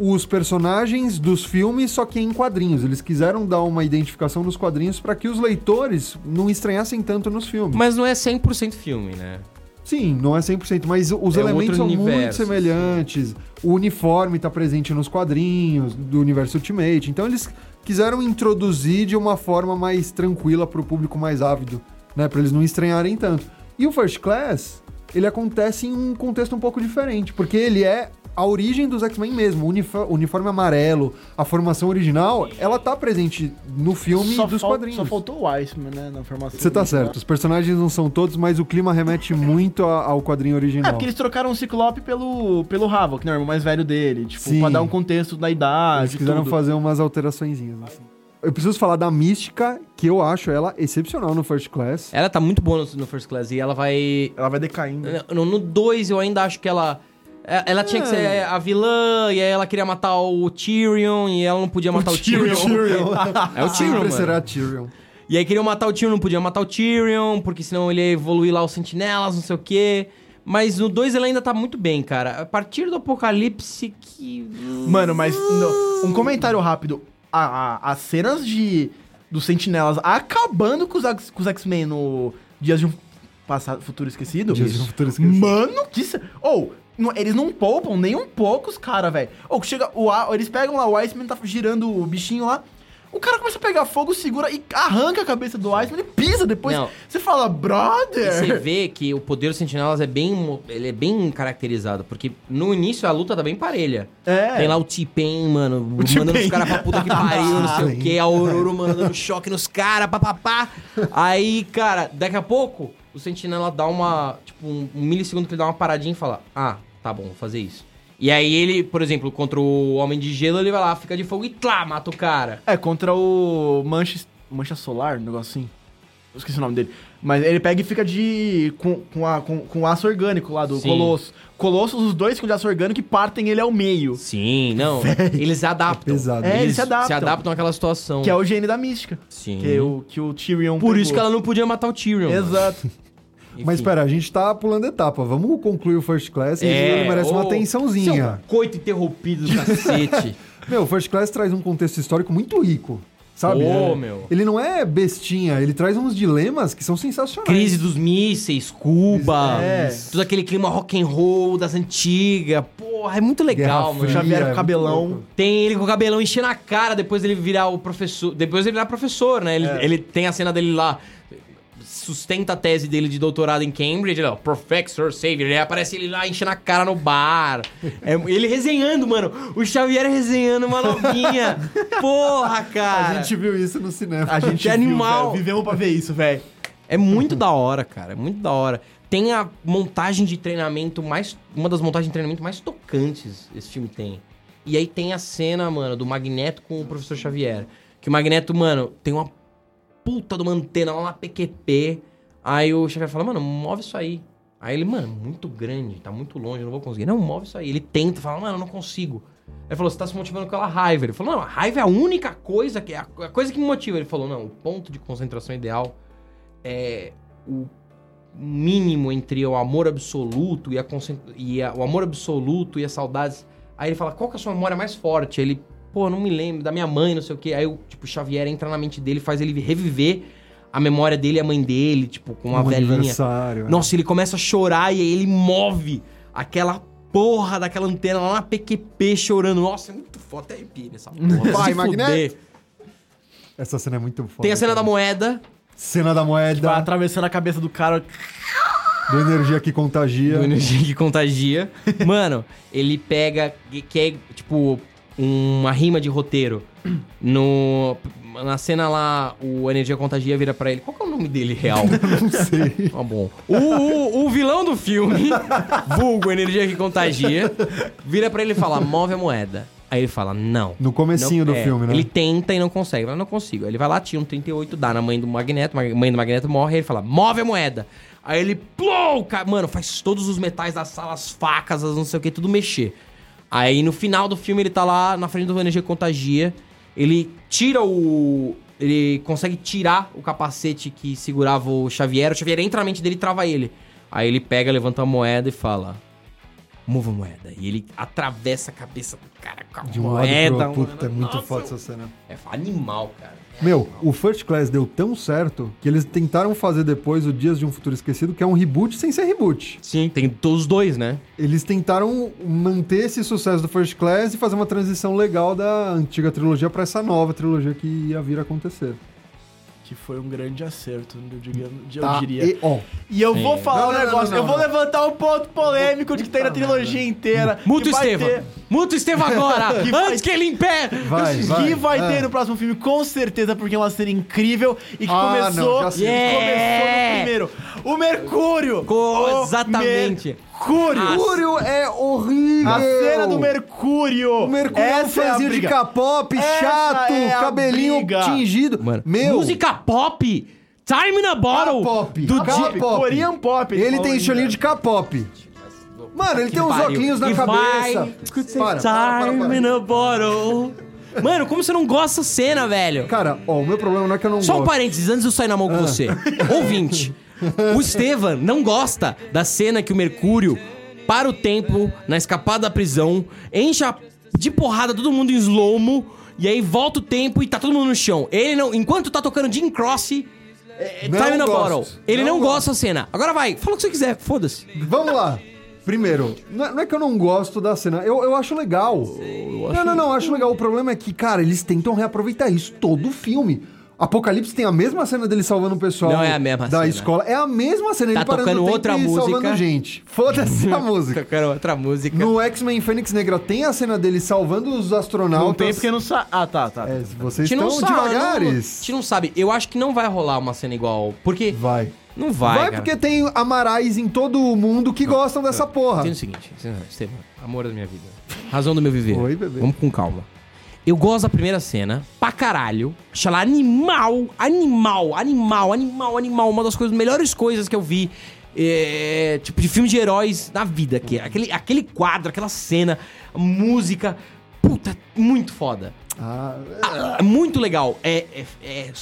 os personagens dos filmes só que em quadrinhos. Eles quiseram dar uma identificação nos quadrinhos para que os leitores não estranhassem tanto nos filmes. Mas não é 100% filme, né? Sim, não é 100%, mas os É outro elementos são muito universo, semelhantes. O uniforme tá presente nos quadrinhos do universo Ultimate. Então eles quiseram introduzir de uma forma mais tranquila pro público mais ávido, né, para eles não estranharem tanto. E o First Class, ele acontece em um contexto um pouco diferente, porque ele é a origem dos X-Men mesmo, o unif- uniforme amarelo, a formação original, ela tá presente no filme e dos fal- quadrinhos. só faltou o Iceman, né, na formação. Você tá certo, os personagens não são todos, mas o clima remete muito a- ao quadrinho É, original. porque eles trocaram o Ciclope pelo, pelo Havok, né, o irmão mais velho dele. Tipo, Sim. pra dar um contexto da idade Eles quiseram tudo. fazer umas alteraçõezinhas, assim. Eu preciso falar da mística, que eu acho ela excepcional no First Class. Ela tá muito boa no- no First Class e ela vai Ela vai decaindo. No- No 2 eu ainda acho que ela. é- Ela tinha que ser a vilã, e aí ela queria matar o Tyrion, e ela não podia matar o, Tyrion. É o Tyrion, Sempre mano. será Tyrion. E aí queriam matar o Tyrion, não podiam matar o Tyrion, porque senão ele ia evoluir lá os sentinelas, não sei o quê. Mas no 2 ele ainda tá muito bem, cara. A partir do apocalipse que. Mano, mas no- um comentário rápido. A- a- as cenas de dos sentinelas acabando com os, X- com os X-Men no Dias de um passado, futuro esquecido. Dias de um Futuro Esquecido. Mano, que ce- Ou, não- eles não poupam nem um pouco os caras, velho. Ou chega o A- eles pegam lá o Iceman tá girando o bichinho lá. O cara começa a pegar fogo, segura e arranca a cabeça do Iceman e pisa depois. Não. Você fala, E brother! você vê que o poder dos sentinelas é bem, ele é bem caracterizado, porque no início a luta tá bem parelha. É. Tem lá o T-Pain, mano, T-Pain. mandando os caras pra puta que pariu, não sei o que, a Ororo mandando um choque nos caras, papapá. Aí, cara, daqui a pouco, o sentinela dá uma, tipo, um, um milissegundo que ele dá uma paradinha e fala, ah, tá bom, vou fazer isso. E aí ele, por exemplo, contra o Homem de Gelo, ele vai lá, fica de fogo e tlá, mata o cara. É, contra o Mancha, Mancha Solar, um negócio assim. Eu esqueci o nome dele. Mas ele pega e fica de. com, com, a- com, com aço orgânico lá do Sim. Colosso. Colossos, os dois ficam de aço orgânico e partem ele ao meio. Sim, não, eles adaptam. pesado. É, eles se se adaptam. adaptam. Se adaptam àquela situação. Que é o gene da mística. Sim. Que, é o, que o Tyrion. Por isso que pegou. ela não podia matar o Tyrion. mano. Exato. Enfim. Mas pera, a gente tá pulando etapa. Vamos concluir o First Class e ele merece uma É, ô, seu atençãozinha. coito interrompido do cacete. Meu, o First Class traz um contexto histórico muito rico, sabe? Ô, É, meu. Ele não é bestinha, ele traz uns dilemas que são sensacionais. Crise dos mísseis, Cuba, É. todo aquele clima rock and roll das antigas. Porra, é muito legal, Guerra mano. Fria, Já vieram com é muito cabelão. louco. Tem ele com o cabelão enchendo a cara depois ele virar o professor. Depois ele virar professor, né? Ele, É. ele tem a cena dele lá. Sustenta a tese dele de doutorado em Cambridge, ele, ó, Professor Xavier. Aí aparece ele lá enchendo a cara no bar. É, ele resenhando, mano. O Xavier resenhando uma novinha. Porra, A cara. gente viu isso no cinema. A gente Que animal. velho. vivemos pra ver isso, velho. É muito da hora, cara. É muito da hora. Tem a montagem de treinamento mais. Uma das montagens de treinamento mais tocantes esse filme tem. E aí tem a cena, mano, do Magneto com o professor Xavier. Que o Magneto, mano, tem uma puta de uma antena lá na PQP. Aí o Xavier fala, mano, move isso aí. Aí ele, mano, muito grande, tá muito longe, eu não vou conseguir. Não, move isso aí. Ele tenta, fala, mano, eu não consigo. Ele falou, você tá se motivando pela raiva. Ele falou, não, a raiva é a única coisa que. é A a coisa que me motiva. Ele falou, não, o ponto de concentração ideal é o mínimo entre o amor absoluto e, a concent- e a- o amor absoluto e as saudades. Aí ele fala, qual que é a sua memória mais forte? Aí Ele, pô, não me lembro, da minha mãe, não sei o quê. Aí o tipo, Xavier entra na mente dele, faz ele reviver a memória dele e a mãe dele, tipo, com uma Um velhinha. aniversário, é. Nossa, ele começa a chorar e aí ele move aquela porra daquela antena lá na PQP chorando. Nossa, é muito foda, até arrepio nessa porra. Vai, Se fuder. Magneto. Essa cena é muito foda. Tem a cena da cara. moeda, Cena da Vai moeda, atravessando a cabeça do cara. do energia que contagia. do energia que contagia. Mano, ele pega que- que é tipo uma rima de roteiro no na cena lá o energia contagia vira pra ele. Qual que é o nome dele real? Não sei. Tá bom. O, o- o vilão do filme, vulgo energia que contagia, vira pra ele e fala: "Move a moeda". Aí ele fala: "Não". No comecinho Não- do é, filme, né? Ele tenta e não consegue. Ele fala, não consigo. Aí Ele vai lá, tira um 38, dá na mãe do Magneto. ma- mãe do Magneto morre, aí ele fala, move a moeda. Aí ele, plou, ca- mano, faz todos os metais da sala, as facas, as não sei o que, tudo mexer. Aí no final do filme ele tá lá na frente do Energia Contagia. Ele tira o. Ele consegue tirar o capacete que segurava o Xavier. O Xavier entra na mente dele e trava ele. Aí ele pega, levanta a moeda e fala: Mova a moeda. E ele atravessa a cabeça do cara com a De um lado moeda. pro mano. outro. Puta, é muito Nossa, foda essa cena. é animal, cara. Meu, o First Class deu tão certo que eles tentaram fazer depois o Dias de um Futuro Esquecido, que é um reboot sem ser reboot. Sim. Tem todos os dois, né? Eles tentaram manter esse sucesso do First Class e fazer uma transição legal da antiga trilogia pra essa nova trilogia que ia vir a acontecer. Que foi um grande acerto, eu diria. Eu Tá, diria. E, ó, E eu vou falar Não, um não, não, negócio, não, eu vou não. levantar um ponto polêmico de que tem na trilogia inteira. Muta que o vai Estevam. ter- Muta o Estevam agora! Que vai- antes que ele impere! vai, vai. que vai é. ter no próximo filme, com certeza, porque é uma cena incrível e que Ah, começou, não, já sei. começou no Yeah! primeiro. O Mercúrio! Co- O exatamente. Ah, Mercúrio! Mercúrio é horrível! A cena do Mercúrio! O Mercúrio é um a fãzinho de briga. K-pop, Essa chato, é a cabelinho briga. tingido. Meu, Música pop! Time in a bottle! K-pop. Do K-pop. Di- Korean Pop, ele Ele falou tem ainda. cholinho de K-pop. Mano, ele Que tem uns pariu. óculos na e cabeça. Vai, Time in a bottle! Mano, como você não gosta dessa cena, velho? Cara, ó, o meu problema não é que eu não Só um gosto. parênteses, antes de eu sair na mão com Ah. você. Ouvinte, o Estevan não gosta da cena que o Mercúrio para o tempo na escapada da prisão, enche a- de porrada todo mundo em slow-mo, e aí volta o tempo e tá todo mundo no chão. Ele não. Enquanto tá tocando Jim Cross. É, é, Não Time in a gosto. Bottle. Ele Não não, gosto. gosta da cena. Agora vai, fala o que você quiser, foda-se. Vamos lá. Primeiro, não é não é que eu não gosto da cena, eu, eu acho legal. não, não, não, acho legal. O problema é que, cara, eles tentam reaproveitar isso todo o filme. Apocalipse tem a mesma cena dele salvando o pessoal Não é a mesma da cena. escola. É a mesma cena, Tá ele parando tocando o tempo outra e salvando música. gente. Foda-se a música. Quero outra música. No X-Men Fênix Negra tem a cena dele salvando os astronautas. Não tem porque não sa... Ah, tá, tá. então É, vocês gente estão um não sabe, não- a devagares. gente não sabe. Eu acho que não vai rolar uma cena igual. Porque. Vai. Não Vai, vai. cara. porque tem amarais em todo o mundo que gostam dessa porra. Entendo o seguinte, Estevam, amor da minha vida. Razão do meu viver. Oi, bebê. Vamos com calma. Eu gosto da primeira cena, pra caralho. Acho ela animal, animal, animal, animal, animal. Uma das coisas, melhores coisas que eu vi, é, tipo, de filme de heróis na vida. Que, é aquele, aquele quadro, aquela cena, a música. Puta, muito foda. Ah, Ah, é muito legal. É, é- é-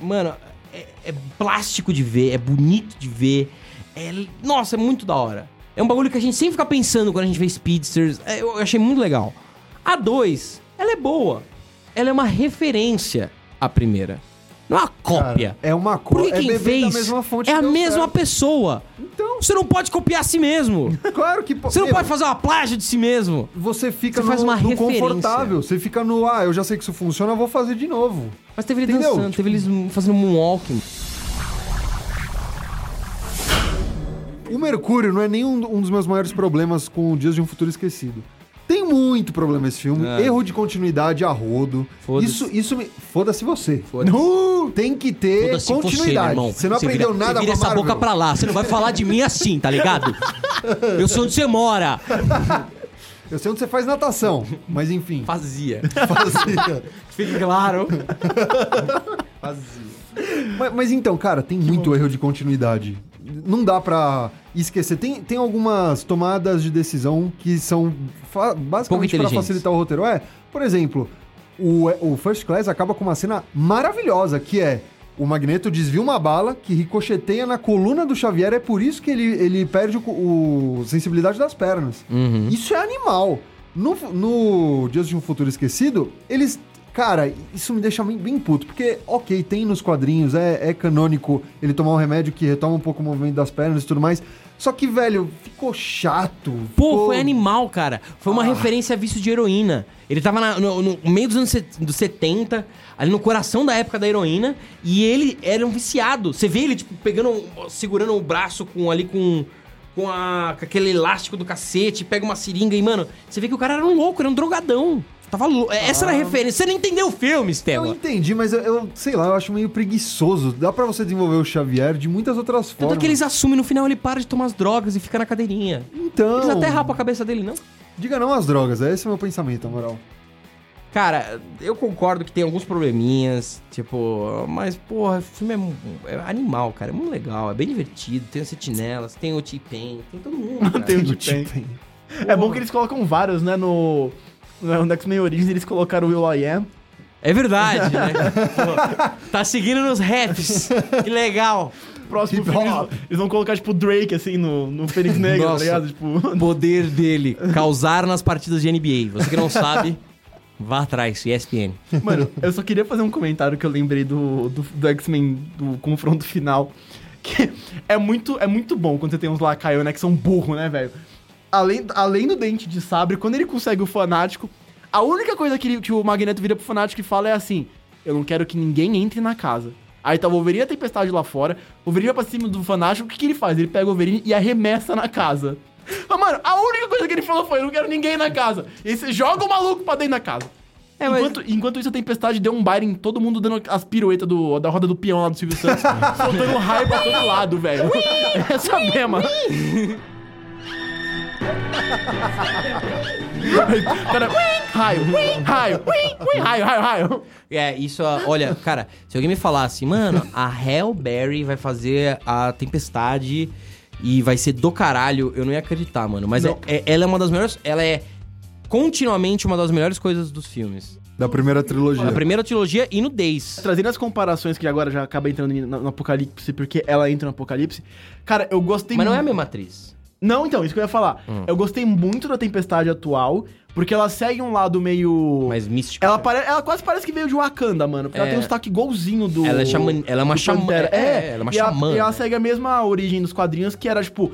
mano, é, é plástico de ver, é bonito de ver. É, nossa, é muito da hora. É um bagulho que a gente sempre fica pensando quando a gente vê Speedsters. É, eu eu achei muito legal. A 2, ela é boa. Ela é uma referência à primeira. Não é uma cópia. cara, é uma Por coisa. que quem é beber fez da mesma fonte é a que deu mesma certo. pessoa. Então. Você não pode copiar a si mesmo. Claro que po- Você não Meu, pode fazer uma plágio de si mesmo. Você fica Você faz no, uma no referência. confortável. Você fica no. Ah, eu já sei que isso funciona, eu vou fazer de novo. Mas teve ele Entendeu? dançando, teve eles fazendo moonwalking. O Mercúrio não é nem um, um dos meus maiores problemas com o Dias de um Futuro Esquecido. Tem muito problema esse filme. Erro de continuidade a rodo. É. Foda-se. Isso, isso me. Foda-se você. Foda-se. Uh, tem que ter Foda-se você, meu continuidade. irmão. Você não aprendeu vira- nada Você vira com a essa Marvel. boca pra lá. Você não vai falar de mim assim, tá ligado? Eu sou onde você mora. Eu sei onde você faz natação, mas enfim. Fazia. Fazia. Fica claro. mas, mas então, cara, tem muito erro de continuidade. Não dá pra esquecer. Tem, tem algumas tomadas de decisão que são fa- basicamente pra inteligentes. facilitar o roteiro. É, por exemplo, o, o First Class acaba com uma cena maravilhosa, que é o Magneto desvia uma bala que ricocheteia na coluna do Xavier, é por isso que ele, ele perde o, co- o- sensibilidade das pernas. Uhum. Isso é animal. No, fu- no Dias de um Futuro Esquecido, eles. Cara, isso me deixa bem, bem puto, porque, ok, tem nos quadrinhos, é, é canônico ele tomar um remédio que retoma um pouco o movimento das pernas e tudo mais. Só que, velho, ficou chato. Pô, ficou- foi animal, cara. Foi uma referência a vício de heroína. Ele tava na- no, no meio dos anos set- dos 70, ali no coração da época da heroína, e ele era um viciado. Você vê ele, tipo, pegando, segurando o braço com ali com. Com, a- com aquele elástico do cacete, pega uma seringa e, mano, você vê que o cara era um louco, era um drogadão. Tava lou- é, Essa era a referência. Você não entendeu o filme, Eu Stella. entendi, mas eu, eu, sei lá, eu acho meio preguiçoso. Dá pra você desenvolver o Xavier de muitas outras Tanto formas. é que eles assumem no final, ele para de tomar as drogas e fica na cadeirinha. Então, Eles até rapam a cabeça dele, não? diga não às drogas, é esse o meu pensamento, na moral. Cara, eu concordo que tem alguns probleminhas, tipo, mas, porra, o filme é mu- é, animal, cara, é muito legal, é bem divertido, tem as sentinelas, tem o T-Pain, tem todo mundo, cara. Tem o T-Pain. tipo, É bom que eles colocam vários, né? No, no no X-Men Origins eles colocaram o Will I Am. É verdade, né? Pô, tá seguindo nos raps, que legal. Próximo Hip filme, hop. eles, eles vão colocar, tipo, Drake, assim, no, no Fênix Negra, tá Nossa. ligado? Tipo, O poder dele, causar nas partidas de NBA, você que não sabe, vá atrás, ESPN. Mano, eu só queria fazer um comentário que eu lembrei do, do, do X-Men, do confronto final. Que é muito, é muito bom quando você tem uns lacaio, né? Que são burro, né, velho? Além, além do dente de sabre, quando ele consegue o fanático, a única coisa que, ele- que o Magneto vira pro fanático e fala é assim: Eu não quero que ninguém entre na casa. Aí tá o Wolverine e a tempestade lá fora, o Wolverine vai pra cima do fanático, o que, que ele faz? Ele pega o Wolverine e arremessa na casa. Mas, mano, a única coisa que ele falou foi: Eu não quero ninguém na casa. E aí você joga o maluco pra dentro da casa. É, mas- Enquanto, enquanto isso, a tempestade deu um baile em todo mundo dando as piruetas do, da roda do peão lá do Silvio Santos. soltando raio pra todo lado, velho. Essa mesma. Cara, raio, raio, raio, raio, raio. É, isso, ó, olha, cara, se alguém me falasse, mano, a Hellberry vai fazer a tempestade e vai ser do caralho, eu não ia acreditar, mano. Mas é- é- ela é uma das melhores. Ela é continuamente uma das melhores coisas dos filmes. Da primeira trilogia. Na primeira trilogia e no Days. Trazendo as comparações que agora já acaba entrando em- no, no Apocalipse, porque ela entra no Apocalipse. Cara, eu gostei Mas não é a mu- mesma atriz. Não, então, isso que eu ia falar. Eu gostei muito da Tempestade atual, porque ela segue um lado meio. Mas mística. Ela, pare... ela quase parece que veio de Wakanda, mano. Porque ela É. tem um sotaque golzinho do. Ela é xamã- ela é uma do xamã- Pantera. é, É, ela é uma e ela- xamã, E ela né? segue a mesma origem dos quadrinhos, que era tipo.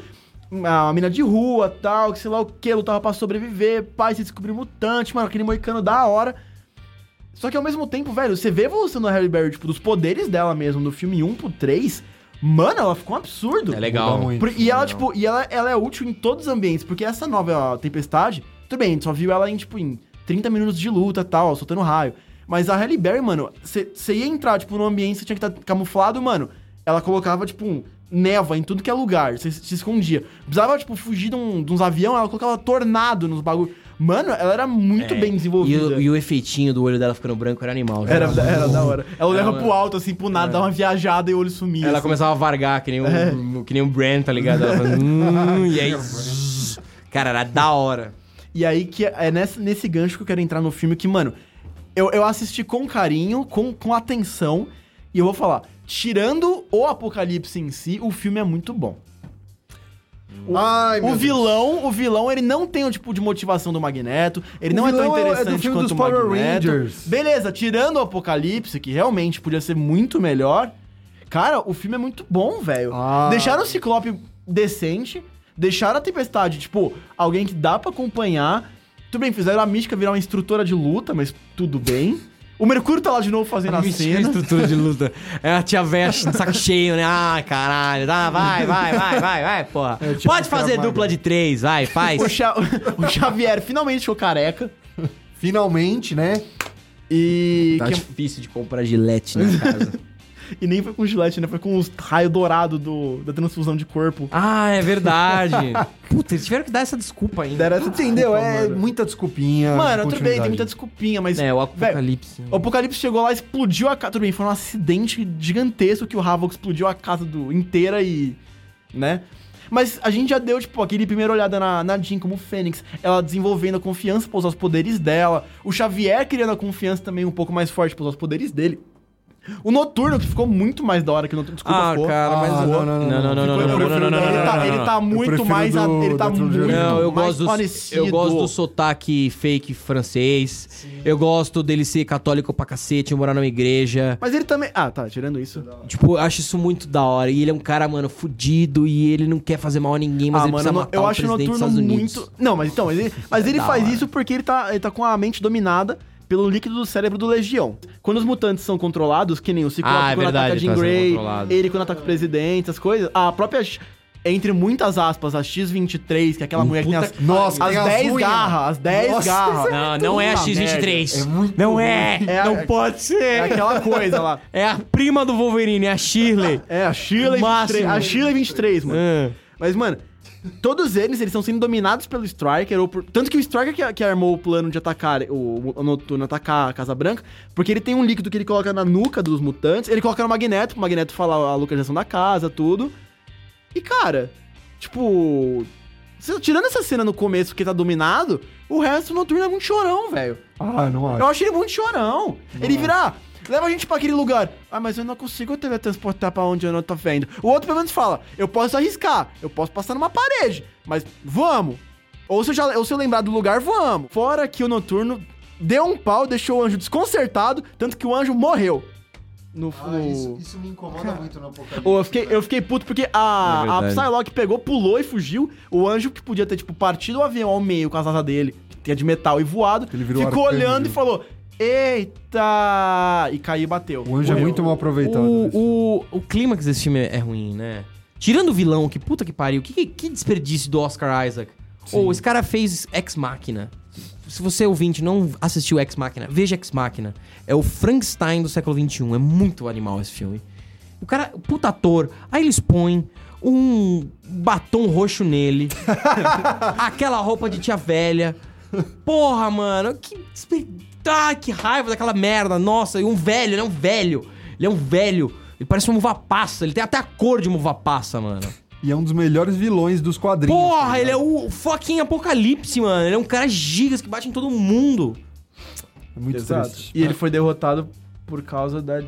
A mina de rua, tal, que sei lá o que, lutava pra sobreviver, pai se descobriu mutante, mano, aquele moicano da hora. Só que ao mesmo tempo, velho, você vê a evolução da Harry Berry, tipo, dos poderes dela mesmo, do filme 1 pro 3, mano, ela ficou um absurdo. É legal. Mudar muito. Por- e ela, Não. tipo, e ela, ela é útil em todos os ambientes, porque essa nova tempestade, tudo bem, a gente só viu ela em, tipo, em 30 minutos de luta e tal, soltando raio. Mas a Halle Berry, mano, você ia entrar, tipo, num ambiente, você tinha que estar camuflado, mano. Ela colocava, tipo, um neva em tudo que é lugar, você se escondia. Precisava, tipo, fugir de, um, de uns aviões, ela colocava tornado nos bagulhos. Mano, ela era muito bem É, E desenvolvida. o, e o efeitinho do olho dela ficando branco era animal. é né? Era, era da hora. Ela olhava Ela- é. pro alto, assim, pro nada, dava uma viajada e o olho sumia. Ela assim. começava a vargar, que nem o, É. que nem o Brand, tá ligado? Ela fazendo, "Hum", e aí. zzz. Cara, era da hora. E aí que é nesse, nesse gancho que eu quero entrar no filme que, mano, eu, eu assisti com carinho, com, com atenção, e eu vou falar, tirando o apocalipse em si, o filme é muito bom. Ai, O meu Deus. vilão, o vilão, ele não tem o tipo de motivação do Magneto, ele O não é tão vilão é- é do interessante filme quanto dos o Power Magneto. Rangers. Beleza, tirando o apocalipse, que realmente podia ser muito melhor, cara, o filme é muito bom, velho. Ah. Deixaram o Ciclope decente, deixaram a Tempestade, tipo, alguém que dá pra acompanhar. Tudo bem, fizeram a Mística virar uma instrutora de luta, mas tudo bem. O Mercúrio tá lá de novo fazendo a Mentira, cena. estrutura de luta. É a tia velha de saco cheio, né? Ah, caralho. Ah, vai, vai, vai, vai, vai, porra. É tipo Pode fazer Krav Maga. dupla de três, vai, faz. O, Xa- o Xavier finalmente ficou careca. Finalmente, né? E Tá que- difícil de comprar gilete na casa. E nem foi com gilete, né? Foi com os raio dourado do, da transfusão de corpo. ah, é verdade. Puta, eles tiveram que dar essa desculpa ainda. Deram essa Entendeu? desculpa, é mano. muita desculpinha. Mano, tudo bem, continuidade. tem muita desculpinha, mas. Ah, É, o véi, apocalipse. o Apocalipse chegou lá, explodiu a casa. Tudo bem, foi um acidente gigantesco que o Havok explodiu a casa do, inteira e. né? Mas a gente já deu, tipo, aquele primeira olhada na, na Jean como Fênix, ela desenvolvendo a confiança pra usar os poderes dela, o Xavier criando a confiança também um pouco mais forte pra usar os poderes dele. O Noturno, que ficou muito mais da hora que o Noturno. Desculpa, Ah, ficou. cara, mas. Ah, o- não, não, não, não, não, não, não. não, Eu não, prefiro- não, não, não, não, ele, tá, não, ele não. tá muito prefiro mais. a- do- ele tá do Tron de muito Arco. Não, eu mais gosto, dos, parecido. eu gosto do sotaque fake francês. Eu gosto dele ser católico pra cacete, morar numa igreja. Mas ele também. Ah, tá, tirando isso. Tipo, eu acho isso muito da hora. E ele é um cara, mano, fudido e ele não quer fazer mal a ninguém, mas ah, ele mano, precisa não- matar eu o acho o presidente dos noturno Estados Unidos. É muito. Não, mas então, mas ele, mas ele da faz hora. isso porque ele tá, ele tá com a mente dominada pelo líquido do cérebro do Legião. Quando os mutantes são controlados, que nem o Ciclope Ah, é quando verdade, ataca tá Jean sendo Grey, controlado. ele quando ataca o presidente, essas coisas, a própria. X- Entre muitas aspas, a X-23, que é aquela Um mulher que tem as, Nossa, as tem as 10 unhas. garras, as 10 Nossa, garras. Não, não é a Puta X23. merda. É muito não é. É a- não pode ser. É É, aquela coisa lá. a prima do Wolverine, é a Shirley. É, a Sheila e Máximo. 23. A Sheila e 23, mano. Ah. Mas, mano, todos eles, eles estão sendo dominados pelo Striker. Ou por... Tanto que o Striker que, que armou o plano de atacar o, o Noturno, atacar a Casa Branca, porque ele tem um líquido que ele coloca na nuca dos mutantes, ele coloca no Magneto, pro Magneto falar a localização da casa, tudo. E, cara, tipo... se- Tirando essa cena no começo que tá dominado, o resto do Noturno é muito chorão, velho. Ah, não acho. Eu achei ele muito chorão. Ele virá. Leva a gente pra aquele lugar. Ah, mas eu não consigo teletransportar pra onde eu não tô vendo. O outro pelo menos fala: eu posso arriscar, eu posso passar numa parede, mas vamos. Ou se eu, já, ou se eu lembrar do lugar, vamos. Fora que o noturno deu um pau, deixou o anjo desconcertado, tanto que o anjo morreu. No, no- me incomoda muito no Apocalipse. Ô, eu, fiquei, eu fiquei puto porque a, É a verdade. Psylocke pegou, pulou e fugiu. O anjo que podia ter, tipo, partido o avião ao meio com as asas dele, que é de metal, e voado, Ele virou ficou arcanjo. olhando e falou: Eita! E caiu e bateu. O anjo é Morreu. muito mal aproveitado. né? nesse O, o, o clímax desse filme é ruim, né? Tirando o vilão, que puta que pariu, que, que- que desperdício do Oscar Isaac. Ou esse cara fez Ex Machina. Se você é ouvinte e não assistiu Ex Machina, veja Ex Machina. É o Frankenstein do século XXI. É muito animal esse filme. O cara, puta ator, aí eles põem um batom roxo nele, aquela roupa de tia velha. Porra, mano, que. desper- Ah, que raiva daquela merda, nossa, e um velho, ele é um velho. Ele é um velho. Ele parece um uva passa, ele tem até a cor de uma uva passa, mano. filme. E é um dos melhores vilões dos quadrinhos. tá Porra, ele é o fucking apocalipse, mano. Ele é um cara gigas que bate em todo mundo. É muito Exato. triste. E ele foi derrotado por causa da.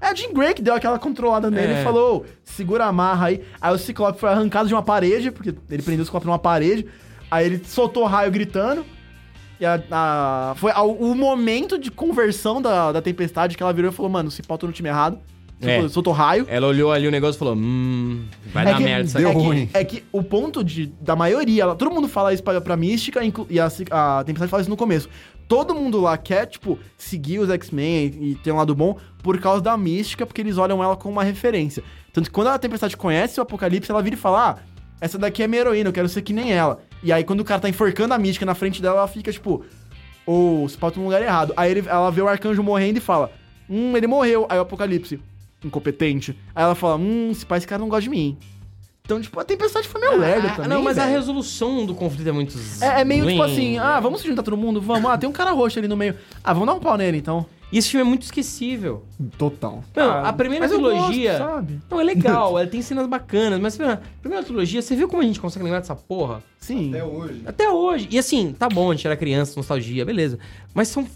É a Jean Grey que deu aquela controlada nele e falou: segura a marra aí. Aí o Ciclope foi arrancado de uma parede, porque ele prendeu o Ciclope numa parede. Aí ele soltou o raio gritando. E a, a- foi ao- o momento de conversão da, da tempestade que ela virou e falou: mano, se pauta no time errado. É. Soltou- Soltou raio. Ela olhou ali o negócio e falou: Hum, vai dar que- merda isso É deu aqui. ruim. É que o ponto de, da maioria, ela- todo mundo fala isso pra, pra Mística inclu- e a, Ci- a Tempestade fala isso no começo. Todo mundo lá quer, tipo, seguir os X-Men e, e ter um lado bom por causa da Mística, porque eles olham ela como uma referência. Tanto que quando a Tempestade conhece o Apocalipse, ela vira e fala, ah, essa daqui é minha heroína, eu quero ser que nem ela. E aí quando o cara tá enforcando a Mística na frente dela, ela fica, tipo, ou se pauta no lugar errado. Aí ele- ela vê o arcanjo morrendo e fala: Hum, ele morreu. Aí o apocalipse, incompetente. Aí ela fala: Hum, esse pai, esse cara não gosta de mim. Então, tipo, a tempestade foi meio lerda Ah, também. não, mas a velho. resolução do conflito é muito. z- é, é meio tipo ruim. assim: Ah, vamos se juntar todo mundo? Vamos. Ah, tem um cara roxo ali no meio. Ah, vamos dar um pau nele então. E esse filme é muito esquecível. Total. Não, Ah, a primeira mas eu trilogia. gosto, sabe? Não, é legal, ela tem cenas bacanas, mas a primeira trilogia, você viu como a gente consegue lembrar dessa porra? Sim. hoje. Até hoje. E assim, tá bom, a gente era criança, nostalgia, beleza. Mas são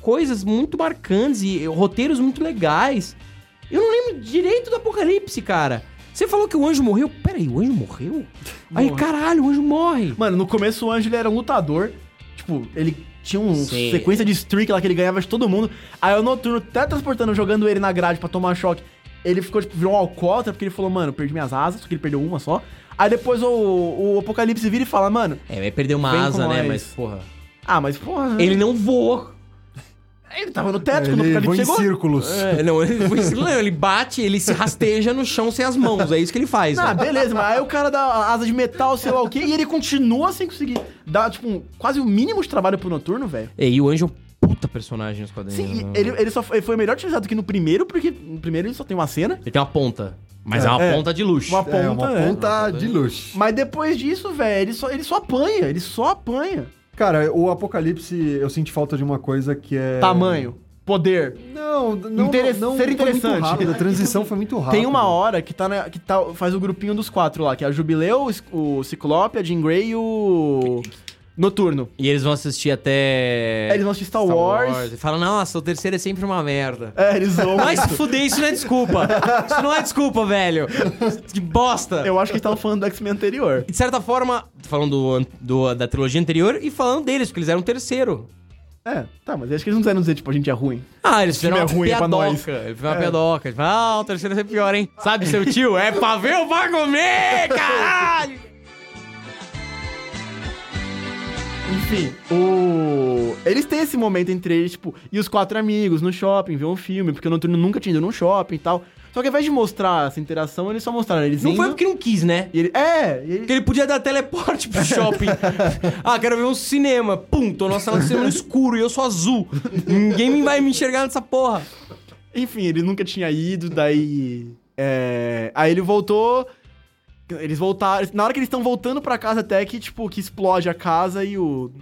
coisas muito marcantes e eh, roteiros muito legais. Eu não lembro direito do Apocalipse, cara. Você falou que o anjo morreu. Peraí, o anjo morreu? Aí, Morre. caralho, o anjo morre. Mano, no começo o Anjo ele era um lutador. Tipo, ele tinha uma Sim. sequência de streak lá que ele ganhava de todo mundo. Aí o Noturno teletransportando, jogando ele na grade pra tomar choque. Ele ficou, tipo, virou um alcoólatra porque ele falou, mano, perdi minhas asas, só que ele perdeu uma só. Aí depois o, o Apocalipse vira e fala, mano, É, vai perder uma Vem com asa, né? nós. Mas, porra. ah, mas porra. Ele não voou. ele tava no teto quando o É, Ele voa Apocalipse em chegou. círculos. É, não, ele, foi- não, ele bate, ele se rasteja no chão sem as mãos. É isso que ele faz. Ah, né? beleza, mas aí o cara dá a asa de metal, sei lá o quê, e ele continua sem conseguir dar, tipo, um- quase o mínimo de trabalho pro noturno, velho. É, E o anjo é um puta personagem nos quadrinhos. Sim, né? e ele, ele só foi, foi melhor utilizado que no primeiro, porque no primeiro ele só tem uma cena. Ele tem uma ponta. Mas é, uma É. ponta de luxo. Uma ponta, É, uma é. ponta de luxo. Mas depois disso, velho, ele só, ele só apanha, ele só apanha. Cara, o Apocalipse, eu senti falta de uma coisa que é... Tamanho, poder. Não, não, Interess- não, ser foi muito interessante. rápido, a transição foi muito rápida. Tem uma hora que tá, na- que tá faz o grupinho dos quatro lá, que é a Jubileu, o Sc- o Ciclope, a Jean Grey e o Noturno. E eles vão assistir até. Aí eles vão assistir É, Star, Wars. E falam, nossa, o terceiro é sempre uma merda. É, eles vão. Mas se fuder, isso não é desculpa. Isso não é desculpa, velho. Que bosta. Eu acho que eles estavam falando do X-Men anterior. E, De certa forma, falando do an- do- da trilogia anterior e falando deles, porque eles eram o terceiro. É, tá, mas acho que eles não quiseram dizer, tipo, a gente é ruim. Ah, eles fizeram filme é uma ruim, é pra piadoca. nós. Eles fizeram uma piadoca. Eles falaram, ah, o terceiro é sempre pior, hein? Sabe, seu tio? É pra ver ou pra comer, caralho! Enfim, o. Eles têm esse momento entre eles, tipo, e os quatro amigos no shopping, ver um filme, porque o Noturno nunca tinha ido num shopping e tal. Só que ao invés de mostrar essa interação, eles só mostraram eles Não indo, foi porque não quis, né? e ele- É, e ele... Porque ele podia dar teleporte pro shopping. ah, quero ver um cinema. Pum, tô na sala de cinema no escuro e eu sou azul. Ninguém vai me enxergar nessa porra. Enfim, ele nunca tinha ido, daí. é, Aí ele voltou. Eles voltaram. Na hora que eles estão voltando pra casa, até que, tipo, que explode a casa e o,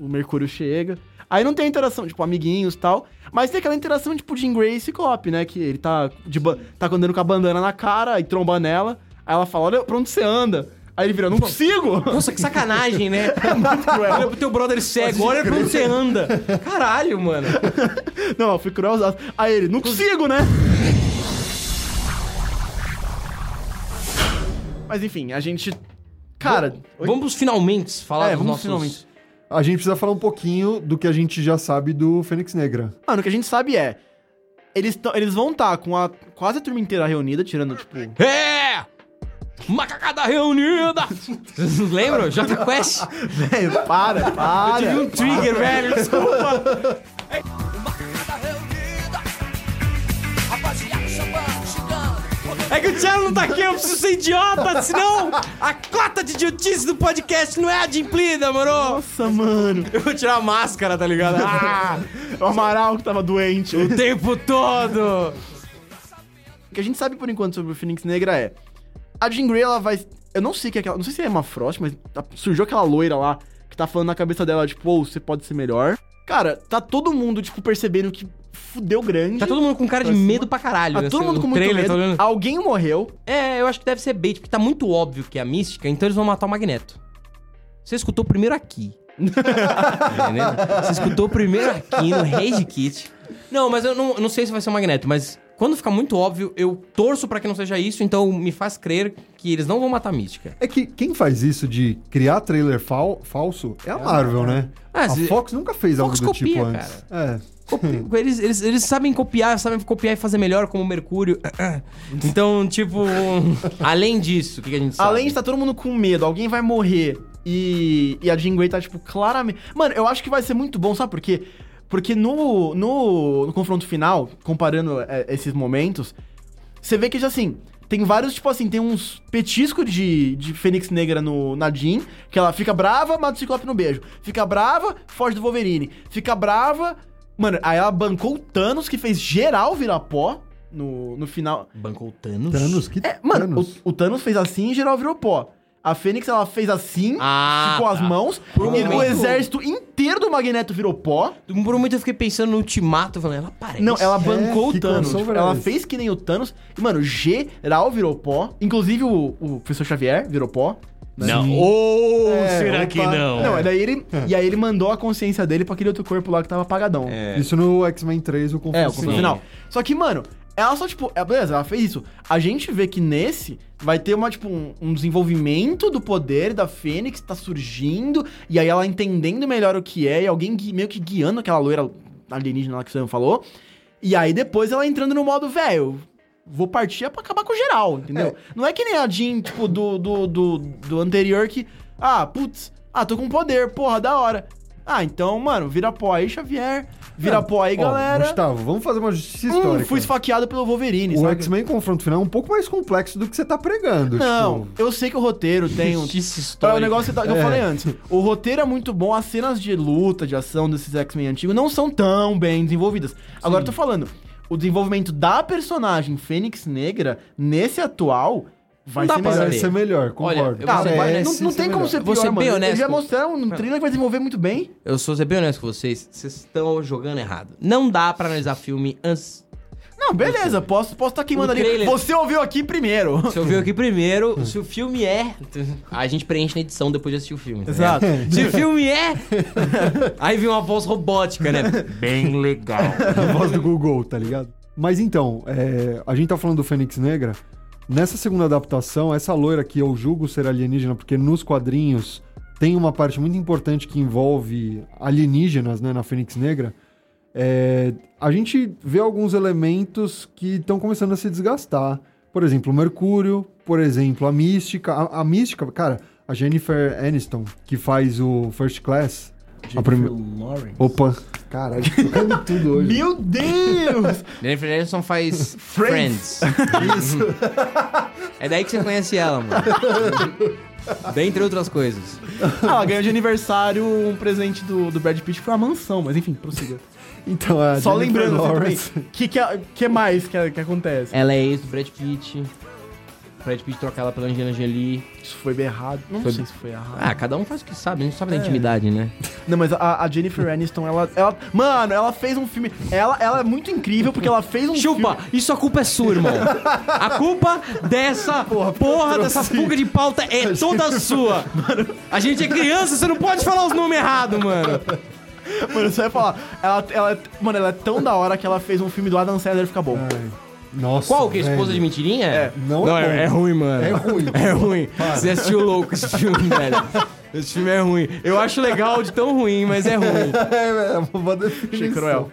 o, o Mercúrio chega. Aí não tem interação, tipo, amiguinhos e tal. Mas tem aquela interação, tipo, Jean Grey e Ciclope, né? Que ele tá, de ba- tá andando com a bandana na cara e tromba nela. Aí ela fala: Olha pra onde você anda. Aí ele vira: Não consigo! Nossa, que sacanagem, né? É Olha pro teu brother cego, olha pra onde você anda. Caralho, mano. Não, eu fui cruel. Aí ele: Não consigo, né? Mas enfim, a gente. Cara, Vamos pros finalmente falar É, dos vamos nossos... finalmente. A gente precisa falar um pouquinho do que a gente já sabe do Fênix Negra. mano, o que a gente sabe é. Eles, tão- eles vão estar com a, quase a turma inteira reunida, tirando, tipo. É! Macacada reunida! Vocês não lembram? Jota Quest? Velho, para, para. Tive um trigger, velho, desculpa. É que o Thiago não tá aqui, eu preciso ser idiota, senão a cota de idiotice do podcast não é adimplida, moro? Nossa, mano. Eu vou tirar a máscara, tá ligado? Ah, O Amaral que tava doente. o tempo todo! O que a gente sabe por enquanto sobre o Phoenix Negra é. A Jean Grey, ela vai. Eu não sei que é aquela. Não sei se é uma Frost, mas tá- surgiu aquela loira lá que tá falando na cabeça dela, tipo, ou você pode ser melhor. Cara, tá todo mundo, tipo, percebendo que fudeu grande. Tá todo mundo com cara de Pra cima. medo pra caralho. Tá né? todo mundo No com muito trailer, tá medo. olhando- Alguém morreu. É, eu acho que deve ser bait, porque tá muito óbvio que é a mística, então eles vão matar o Magneto. Você escutou primeiro aqui. Entendeu? Você escutou primeiro aqui no Rage Kit. Não, mas eu não, eu não sei se vai ser o Magneto, mas quando fica muito óbvio, eu torço pra que não seja isso, então me faz crer que eles não vão matar a mística. É que quem faz isso de criar trailer fal- falso é a Marvel, né? Ah, a se- Fox nunca fez Fox algo do copia, tipo antes. É. Hum. Copi- Eles, eles, eles sabem copiar, sabem copiar e fazer melhor como o Mercúrio. Então, tipo. Além disso, o que, que a gente sabe? Além de tá todo mundo com medo, alguém vai morrer e, e a Jean Grey tá, tipo, claramente... Mano, eu acho que vai ser muito bom, sabe por quê? Porque no, no, no confronto final, comparando é, esses momentos, você vê que, assim, tem vários, tipo assim, tem uns petiscos de, de Fênix Negra no, na Jean, que ela fica brava, mata o Ciclope no beijo. Fica brava, foge do Wolverine. Fica brava... Mano, aí ela bancou o Thanos, que fez geral virar pó no, no final. Bancou o Thanos. Thanos, que É, mano, Thanos? O, o Thanos fez assim e geral virou pó. A Fênix, ela fez assim, Ah, ficou as tá. mãos, um e o momento- exército inteiro do Magneto virou pó. Por um momento eu fiquei pensando no ultimato, falando, ela parece. Não, ela bancou É, que o Thanos. crossover ela é esse? fez que nem o Thanos. E, mano, geral virou pó. Inclusive o, o professor Xavier virou pó. Não. Ou É, será opa. que não? É. Não, e daí ele. E aí ele mandou a consciência dele pra aquele outro corpo lá que tava apagadão. Isso no X-Men 3, o conflito É, o confronto Sim. final. Só que, mano, ela só, tipo, é, beleza, ela fez isso. A gente vê que nesse vai ter uma, tipo, um, um desenvolvimento do poder da Fênix, tá surgindo, e aí ela entendendo melhor o que é, e alguém gui- meio que guiando aquela loira alienígena lá que o Sam falou. E aí depois ela entrando no modo, velho, vou partir é pra acabar com geral, entendeu? Não é que nem a Jean, tipo, do, do, do, do anterior que, ah, putz, ah, tô com poder, porra, da hora. Ah, então, mano, vira pó aí, Xavier. Vira pó aí, Ó, galera. Gustavo, vamos fazer uma justiça Hum, histórica. fui esfaqueado pelo Wolverine, o sabe? X-Men confronto final é um pouco mais complexo do que você tá pregando. Não, tipo. eu sei que o roteiro tem um... Justiça histórica. É o negócio que tá- que eu É. falei antes. O roteiro é muito bom, as cenas de luta, de ação desses X-Men antigos não são tão bem desenvolvidas. Agora eu tô falando, o desenvolvimento da personagem Fênix Negra, nesse atual, vai dá ser pra melhor. Parece saber. ser melhor, Olha, concordo. é eu Tá, Você mas vai- Parece não, não ser tem como melhor. ser Vou pior, ser bem mano. Eles honesto. já mostraram um trailer que vai desenvolver muito bem. Eu sou ser bem honesto com vocês, vocês estão jogando errado. Não dá pra analisar filme antes. Não, beleza, posso posso tá queimando O ali. trailer- Você ouviu aqui primeiro. Você ouviu aqui primeiro, se o filme é. A gente preenche na edição depois de assistir o filme. tá ligado? Exato. Se o filme é. Aí vem uma voz robótica, né? Bem legal. A voz do Google, tá ligado? Mas então, é, a gente tá falando do Fênix Negra. Nessa segunda adaptação, essa loira que eu julgo ser alienígena, porque nos quadrinhos tem uma parte muito importante que envolve alienígenas, né, na Fênix Negra. É, a gente vê alguns elementos que estão começando a se desgastar. Por exemplo, o Mercúrio, por exemplo, a Mística. A, a Mística, cara, a Jennifer Aniston, que faz o First Class. A prime- Opa, caralho, tô tocando tudo hoje. Meu Deus! Jennifer Aniston faz Friends. Isso. É daí que você conhece ela, mano. Dentre outras coisas. Ah, ela ganhou de aniversário um presente do, do Brad Pitt, que foi uma mansão, mas enfim, prossiga. Então, a Só Jennifer lembrando Lawrence- assim, também, que, que, a- que mais que, a- que acontece? Ela é ex do Brad Pitt. O Brad Pitt troca ela pela Angelina Jolie. Isso foi bem errado. Não É. Foi- sei se foi errado. Ah, cada um faz o que sabe, a gente sabe da intimidade, né? Não, mas a, a Jennifer Aniston, ela, ela. Mano, ela fez um filme. Ela, ela é muito incrível porque ela fez um Chupa, filme. isso a culpa é sua, irmão. A culpa dessa porra, dessa fuga de pauta é toda sua. A gente é criança, você não pode falar os nomes errados, mano. Mano, você vai falar. Ela, ela, mano, ela é tão da hora que ela fez um filme do Adam Sandler fica bom. É. Ai, Nossa. Qual que é a esposa de velho. mentirinha? É. Não, é, bom. ruim, mano. É ruim. É ruim. Você assistiu louco esse filme, velho. Esse filme é ruim. Eu acho legal de tão ruim, mas é ruim. É, é uma Achei definição. cruel.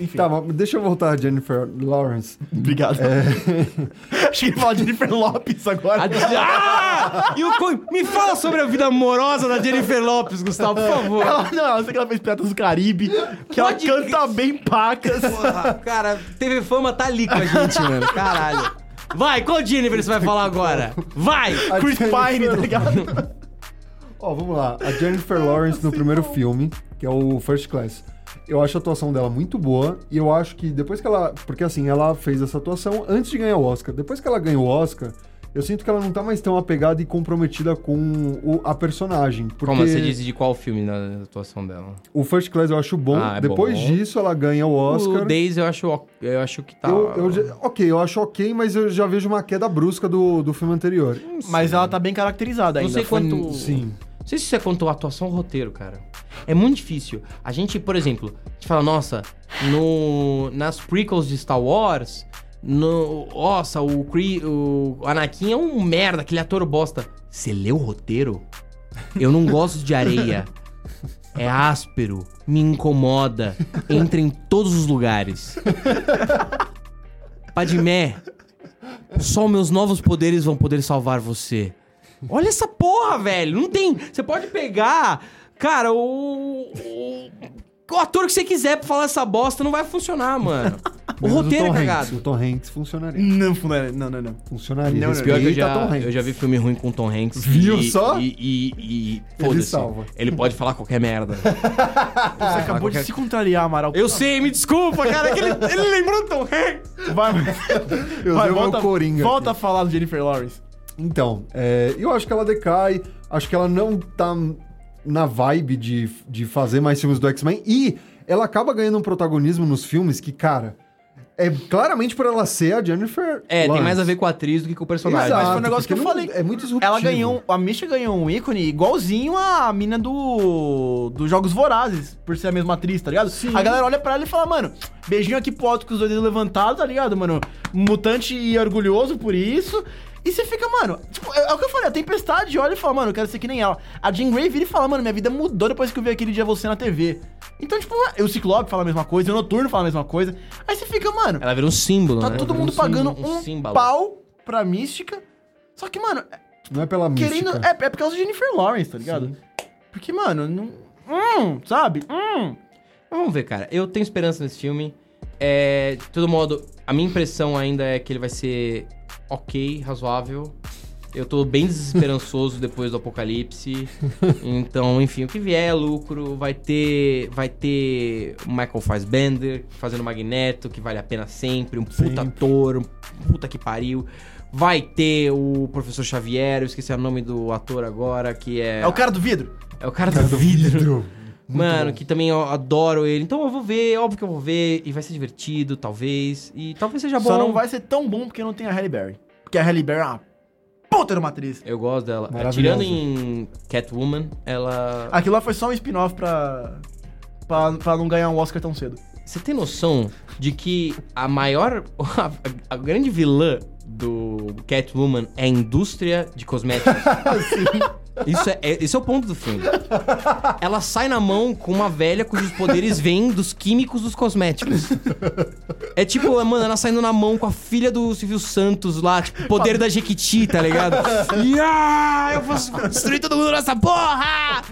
Enfim, Tá, mas deixa eu voltar a Jennifer Lawrence. obrigado. Achei que ia falar de Jennifer Lopes agora. Ah! E o co- Me fala sobre a vida amorosa da Jennifer Lopes, Gustavo, por favor. Ela, não, eu sei que ela fez Piratas do Caribe, que ela Pode canta bem pacas. Porra, cara, TV Fama tá ali com a gente, mano. Caralho. Vai, qual Jennifer você vai falar agora? Vai! A Chris Pine, tá ligado? Ó, vamos lá. A Jennifer Lawrence no primeiro filme, que é o First Class. Eu acho a atuação dela muito boa e eu acho que depois que ela. Porque assim, ela fez essa atuação antes de ganhar o Oscar. Depois que ela ganhou o Oscar, eu sinto que ela não tá mais tão apegada e comprometida com o- a personagem. Porque Como você diz de qual filme na atuação dela? o First Class eu acho bom. Ah, é Depois bom. disso, ela ganha o Oscar. O Days eu acho, ok- eu acho que tá. Eu- eu já- ok, eu acho ok, mas eu já vejo uma queda brusca do, do filme anterior. Mas ela tá bem caracterizada Não ainda. sei Foi- quanto. Sim. Não sei se isso é quanto atuação ou roteiro, cara. É muito difícil. A gente, por exemplo, a gente fala, nossa, no, nas prequels de Star Wars, no, nossa, o, Cree, o Anakin é um merda, aquele ator bosta. Você leu o roteiro? Eu não gosto de areia. É áspero, me incomoda, entra em todos os lugares. Padmé, só meus novos poderes vão poder salvar você. Olha essa porra, velho. Não tem. Você pode pegar, cara, o. O, o ator que você quiser pra falar essa bosta não vai funcionar, mano. O Menos roteiro é Tom Hanks. cagado. O Tom Hanks funcionaria. Não, funera- não, não, não. Funcionaria. Não, não, Respeita Pior que eu já, Tom Hanks. eu já vi filme ruim com Tom Hanks. Viu e- só? E, e, e- Ele foda-se. salva. Ele, pode falar qualquer merda. Você acabou de se contrariar, Amaral. Eu sei, me desculpa, cara. que ele, ele lembrou do Tom Hanks. Vai, Eu vai, dei uma volta, coringa. volta a falar do Jennifer Lawrence. Então, é, eu acho que ela decai, acho que ela não tá na vibe de, de fazer mais filmes do X-Men e ela acaba ganhando um protagonismo nos filmes que, cara, é claramente por ela ser a Jennifer. É, tem Lawrence. mais a ver com a atriz do que com o personagem. Exato. Mas foi um negócio porque que eu não- falei. É muito disruptivo. Ela ganhou. A Misha ganhou um ícone igualzinho a mina do. dos Jogos Vorazes, por ser a mesma atriz, tá ligado? A galera olha pra ela e fala, mano, beijinho aqui pro alto com os dois dedos levantados, tá ligado, mano? Mutante e orgulhoso por isso. E você fica, mano, tipo, é, é o que eu falei, a tempestade olha e fala, mano, eu quero ser que nem ela. A Jean Grey vira e fala, mano, minha vida mudou depois que eu vi aquele dia você na TV. Então, tipo, o Ciclope fala a mesma coisa, o Noturno fala a mesma coisa. Aí você fica, mano, Ela virou um símbolo, tá né? todo mundo Virou pagando símbolo, um símbolo. pau pra mística. Só que, mano, Não é pela querendo. mística. É, é por causa de Jennifer Lawrence, tá ligado? Porque, mano, não. Hum, sabe? Hum. Vamos ver, cara. Eu tenho esperança nesse filme. É, de todo modo, a minha impressão ainda é que ele vai ser ok, razoável. Eu tô bem desesperançoso depois do apocalipse. Então, enfim, o que vier é lucro. Vai ter, vai ter o Michael Fassbender fazendo Magneto, que vale a pena sempre. Um puta ator, um puta que pariu. Vai ter o professor Xavier, eu esqueci o nome do ator agora, que é. É o cara do vidro. É o cara do, vidro. Mano, que também eu adoro ele. Então eu vou ver, óbvio que eu vou ver. E vai ser divertido, talvez. E talvez seja Tá bom. Só não vai ser tão bom porque não tem a Halle Berry. Porque a Halle Berry é uma puta de uma atriz. Eu gosto dela. Maravilhosa. Tirando em Catwoman, ela... Aquilo lá foi só um spin-off pra, pra. pra não ganhar um Oscar tão cedo. Você tem noção de que a maior... A, a grande vilã do Catwoman é a indústria de cosméticos. Isso é, é- esse é o ponto do filme. Ela sai na mão com uma velha cujos poderes vêm dos químicos dos cosméticos. É tipo, mano, ela saindo na mão com a filha do Silvio Santos lá, tipo, poder da Jequiti, tá ligado? Yeah, eu vou destruir todo mundo nessa porra!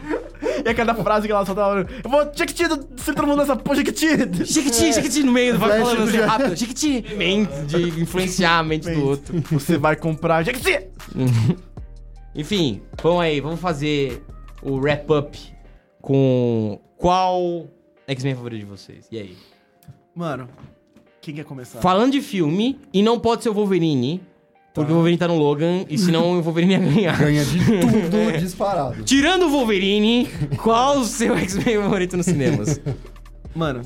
E a cada frase que ela solta, ela. Eu vou. Jequitido, destruir todo mundo nessa porra, Jequitido. Jequiti, Jequiti no meio, vai É. Flash falando do assim Jequiti. rápido. Jequiti! Mente de influenciar a mente do outro. Você vai comprar Jequiti! Enfim, vamos aí, vamos fazer o wrap-up com qual X-Men favorito de vocês. E aí? Mano, quem quer começar? Falando de filme, e não pode ser o Wolverine, porque o Wolverine tá no Logan, e senão o Wolverine ia ganhar. Ganha de É. tudo disparado. Tirando o Wolverine, qual o seu X-Men favorito nos cinemas? Mano,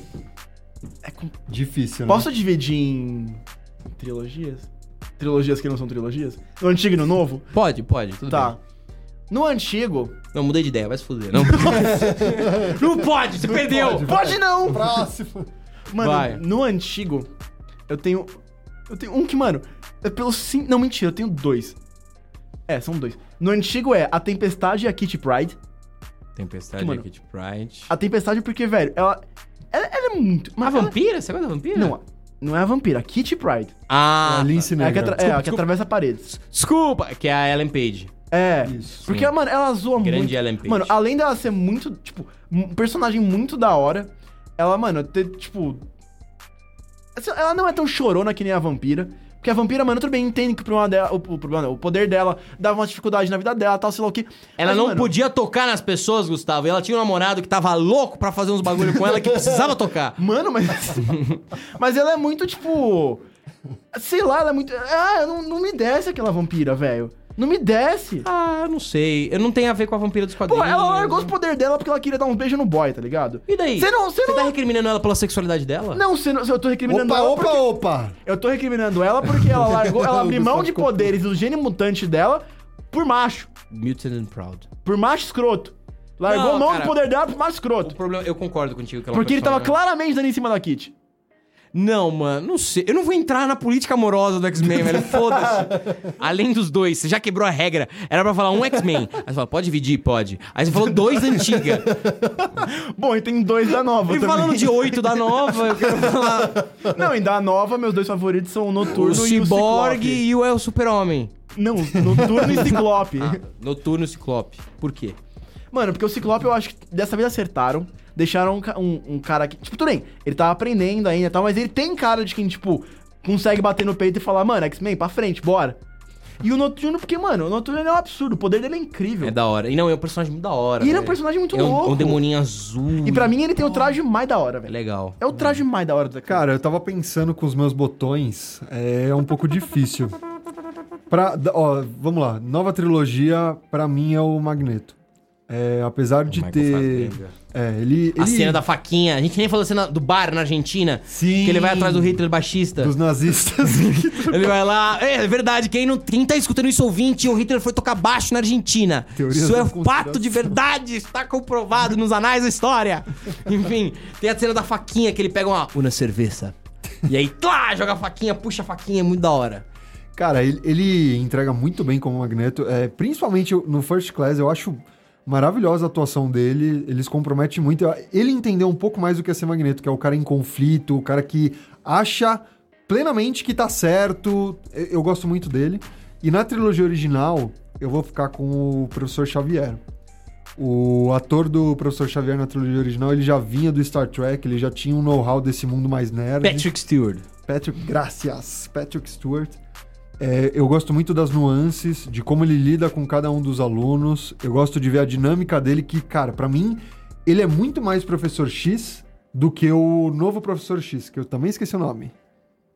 Difícil, né? posso dividir em. trilogias? Trilogias que não são trilogias? No antigo e no novo? Pode, pode, tudo Tá. bem. No antigo. Não, mudei de ideia, vai se fuder. Não, não pode, você perdeu! Pode não! Próximo. Mano, Vai. no antigo, eu tenho. Eu tenho um que, mano. É pelo sim. Não, mentira, eu tenho dois. É, são dois. No antigo é a Tempestade e a Kitty Pride. Tempestade Mano. Kitty Pride. A Tempestade, porque, velho, ela. Ela, ela é muito. A Mas ela- vampira? Você gosta da vampira? Não, não é a vampira, a Kitty Pride. Ah, a Lince É a que, Negra. atra- é, a que atravessa paredes. desculpa, que é a Ellen Page. É. Isso. Porque, mano, ela zoa Grande muito. Ellen Page. Mano, além dela ser muito, tipo, um personagem muito da hora, ela, mano, ter, tipo. assim, Ela não é tão chorona que nem a vampira. Porque a vampira, mano, tudo bem, entende que o problema dela. O, o problema não, o poder dela dava uma dificuldade na vida dela, tal, sei lá o quê. Ela Mas, não mano, podia tocar nas pessoas, Gustavo. E ela tinha um namorado que tava louco pra fazer uns bagulho com ela que precisava tocar. Mano, mas. mas ela é muito, tipo. Sei lá, ela é muito. Ah, não, não me desce aquela vampira, velho. Não me desce. Ah, eu não sei. Eu não tenho a ver com a vampira dos quadrinhos. Pô, ela largou os poderes dela porque ela queria dar um beijo no boy, tá ligado? E daí? Você não. Você Você tá não. recriminando ela pela sexualidade dela? Não, você não. Eu tô recriminando Opa, ela. opa, porque- opa! Eu tô recriminando ela porque ela largou. Ela abriu mão de Gustavo poderes do gênio mutante dela por macho. Mutant and Proud. Por macho escroto. Largou Não, mão cara. do poder dela por macho O escroto. problema, eu concordo contigo que ela Porque ele tava claramente dando em cima da Kit. Não, mano, não sei. Eu não vou entrar na política amorosa do X-Men, velho. Foda-se. Além dos dois, você já quebrou a regra. Era pra falar um X-Men. Aí você fala, pode dividir? Pode. Aí você falou dois da antiga. Bom, e tem dois da nova E também. falando de oito da nova, eu quero falar. Não, e da nova, meus dois favoritos são o Noturno O e o Cyborg Ciclope. e o El Super-Homem. Não, Noturno e Ciclope. Ah. Noturno e Ciclope. Por quê? Mano, porque o Ciclope eu acho que dessa vez acertaram. Deixaram um, ca- um- um cara que. Tipo, tudo bem, ele tava aprendendo ainda e tal, mas ele tem cara de quem, tipo, consegue bater no peito e falar, mano, X-Men, pra frente, bora. E o Noturno, porque, mano, o Noturno ele é um absurdo, o poder dele é incrível. É da hora. E não, é um personagem muito da hora. e ele é um velho. personagem muito É um, louco. um demoninho azul. E pra mim ele tem o traje mais da hora, É velho. legal. É o traje mais da hora do X-Men. Cara, eu tava pensando com os meus botões, é um pouco difícil. Pra, da- ó, vamos lá. Nova trilogia, pra mim, é o Magneto. É, apesar de Michael ter. Fassbender. É, ele, A ele- cena da faquinha. A gente nem falou da cena do bar na Argentina. Sim. Que ele vai atrás do Hitler baixista. Dos nazistas. Ele vai lá. É, é verdade, quem, não, quem tá escutando isso ouvinte, o Hitler foi tocar baixo na Argentina. Teorias isso da é conspiração. fato de verdade, está comprovado nos anais da história. Enfim, tem a cena da faquinha que ele pega uma, uma cerveja. E aí, tlá, joga a faquinha, puxa a faquinha, é muito da hora. Cara, ele, ele entrega muito bem como Magneto. É, principalmente no First Class, eu acho maravilhosa a atuação dele. Ele se compromete muito. Eu- Ele entendeu um pouco mais do que é ser Magneto, que é o cara em conflito, o cara que acha plenamente que tá certo. Eu, eu gosto muito dele. E na trilogia original, eu vou ficar com o Professor Xavier. O ator do Professor Xavier na trilogia original, ele já vinha do Star Trek, ele já tinha um know-how desse mundo mais nerd. Patrick Stewart. Patrick, gracias, Patrick Stewart. É, eu gosto muito das nuances, de como ele lida com cada um dos alunos. Eu gosto de ver a dinâmica dele, que, cara, pra mim, ele é muito mais professor X do que o novo professor X, que eu também esqueci o nome.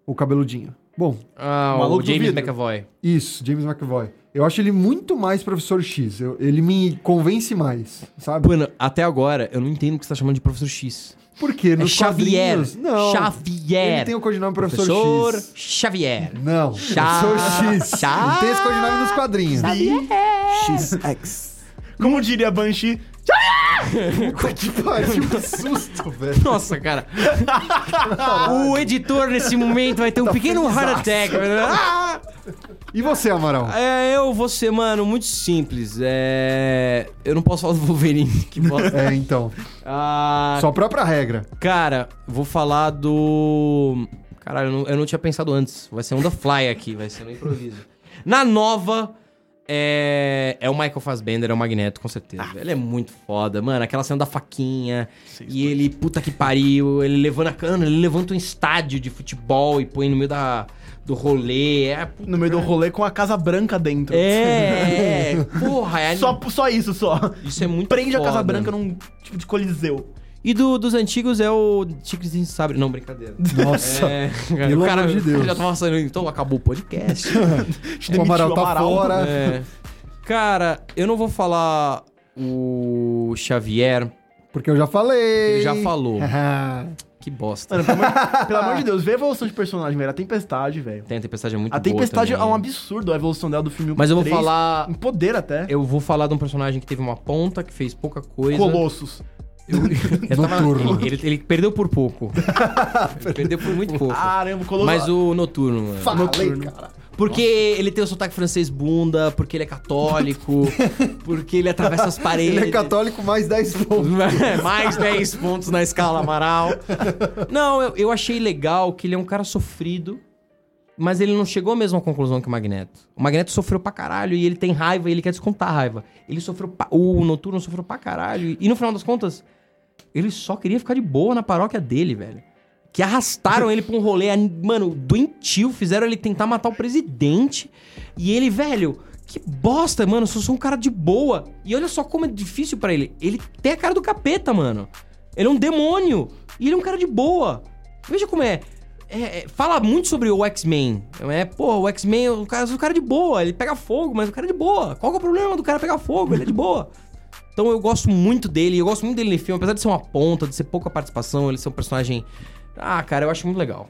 O cabeludinho. Bom, Ah, O maluco o do James vidro. McAvoy. isso, James McAvoy. Eu acho ele muito mais professor X. Eu- ele me convence mais, sabe? Mano, até agora eu não entendo o que você tá chamando de professor X. Porque É nos Xavier. quadrinhos- Não. Xavier. Ele tem o codinome professor, professor X. Xavier. Não, Chá- professor X. Chá- Não tem esse codinome nos quadrinhos. XX. Como diria Banshee, Puta que pariu, que susto, velho. Nossa, cara. o editor nesse momento vai Tá ter um pequeno heart attack. velho. Ah! E você, Amaral? É, eu vou ser, mano, muito simples. É. Eu não posso falar do Wolverine, que bosta. É, então. Ah, Sua própria regra. cara, vou falar do. Caralho, eu não, eu não tinha pensado antes. Vai ser um da Fly aqui, vai ser no improviso. Na nova. É, é o Michael Fassbender, é o Magneto, com certeza. Ele é muito foda, mano. Aquela cena da faquinha. e ele, puta que pariu, ele levando a cana, ele levanta um estádio de futebol e põe no meio da, do rolê. É, puta, no meio do rolê com a Casa Branca dentro. É, é. Porra, é Só, só isso, só. Isso é muito Prende a foda. Casa Branca num tipo de coliseu. E do- dos antigos é o Tigres de Sabre. Não, brincadeira. Nossa. É, Pelo amor de Deus. já tava saindo, então acabou o podcast. Te o demitiu, Amaral tá fora. É. Cara, eu não vou falar o Xavier, Porque eu já falei. ele já falou. Ah, Que bosta. Mano, pelo amor, pelo amor de Deus, vê a evolução de personagem, velho. A Tempestade, velho. Tem a Tempestade é muito A Tempestade boa é um também. absurdo a evolução dela do filme Mas eu vou 3, falar... Em poder até. Eu um vou falar de um personagem que teve uma ponta, que fez pouca coisa. Colossos. Eu tava- Noturno. Ele, ele perdeu por pouco. Ele perdeu por muito pouco. Caramba, Colossos. Mas o Noturno, mano. falei, Noturno. cara. Porque ele tem o sotaque francês bunda, porque ele é católico, porque ele atravessa as paredes. Ele é católico mais 10 pontos. Mais 10 pontos na escala Amaral. Não, eu, eu achei legal que ele é um cara sofrido, mas ele não chegou mesmo à conclusão que o Magneto. O Magneto sofreu pra caralho e ele tem raiva e ele quer descontar a raiva. Ele sofreu. Pra, o Noturno sofreu pra caralho. E no final das contas, ele só queria ficar de boa na paróquia dele, velho. Que arrastaram ele pra um rolê, mano, doentio. Fizeram ele tentar matar o presidente. E ele, velho, que bosta, mano. Eu sou só um cara de boa. E olha só como é difícil pra ele. Ele tem a cara do capeta, mano. Ele é um demônio. E ele é um cara de boa. Veja como é. é, é, fala muito sobre o X-Men. É, pô, o X-Men, o cara, o cara é de boa, ele pega fogo, mas o cara é de boa. Qual que é o problema do cara pegar fogo? Ele é de boa. Então eu gosto muito dele, eu gosto muito dele no filme, apesar de ser uma ponta, de ser pouca participação, ele ser um personagem. Ah, cara, eu acho muito legal.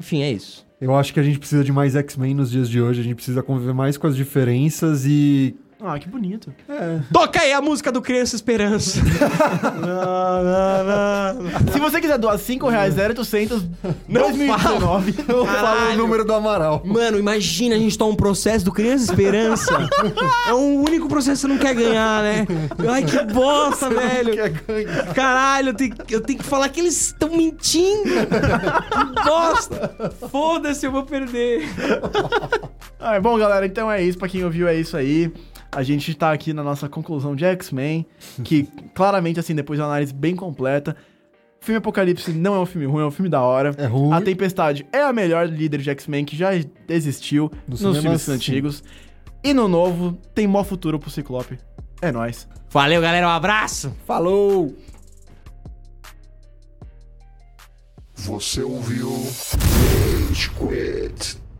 Enfim, é isso. Eu acho que a gente precisa de mais X-Men nos dias de hoje, a gente precisa conviver mais com as diferenças e. Ah, que bonito. Toca aí a música do Criança Esperança. Se você quiser doar 5 reais, 0800, 2019. Eu falo o número do Amaral. Mano, imagina a gente tá um processo do Criança Esperança. é um único processo que você não quer ganhar, né? Ai, que bosta, velho. Quer ganhar. Caralho, eu tenho, eu tenho que falar que eles estão mentindo. que bosta. Foda-se, eu vou perder. Ah, bom, galera, então é isso. Pra quem ouviu, é isso aí. A gente tá aqui na nossa conclusão de X-Men, que claramente, assim, depois de uma análise bem completa, o filme Apocalipse não é um filme ruim, é um filme da hora. É ruim. A Tempestade é a melhor líder de X-Men que já existiu Nos nos cinemas, filmes antigos. E no novo, tem mó futuro pro Ciclope. É nóis. Valeu, galera. Um abraço. Falou! Você ouviu? Rage Quit.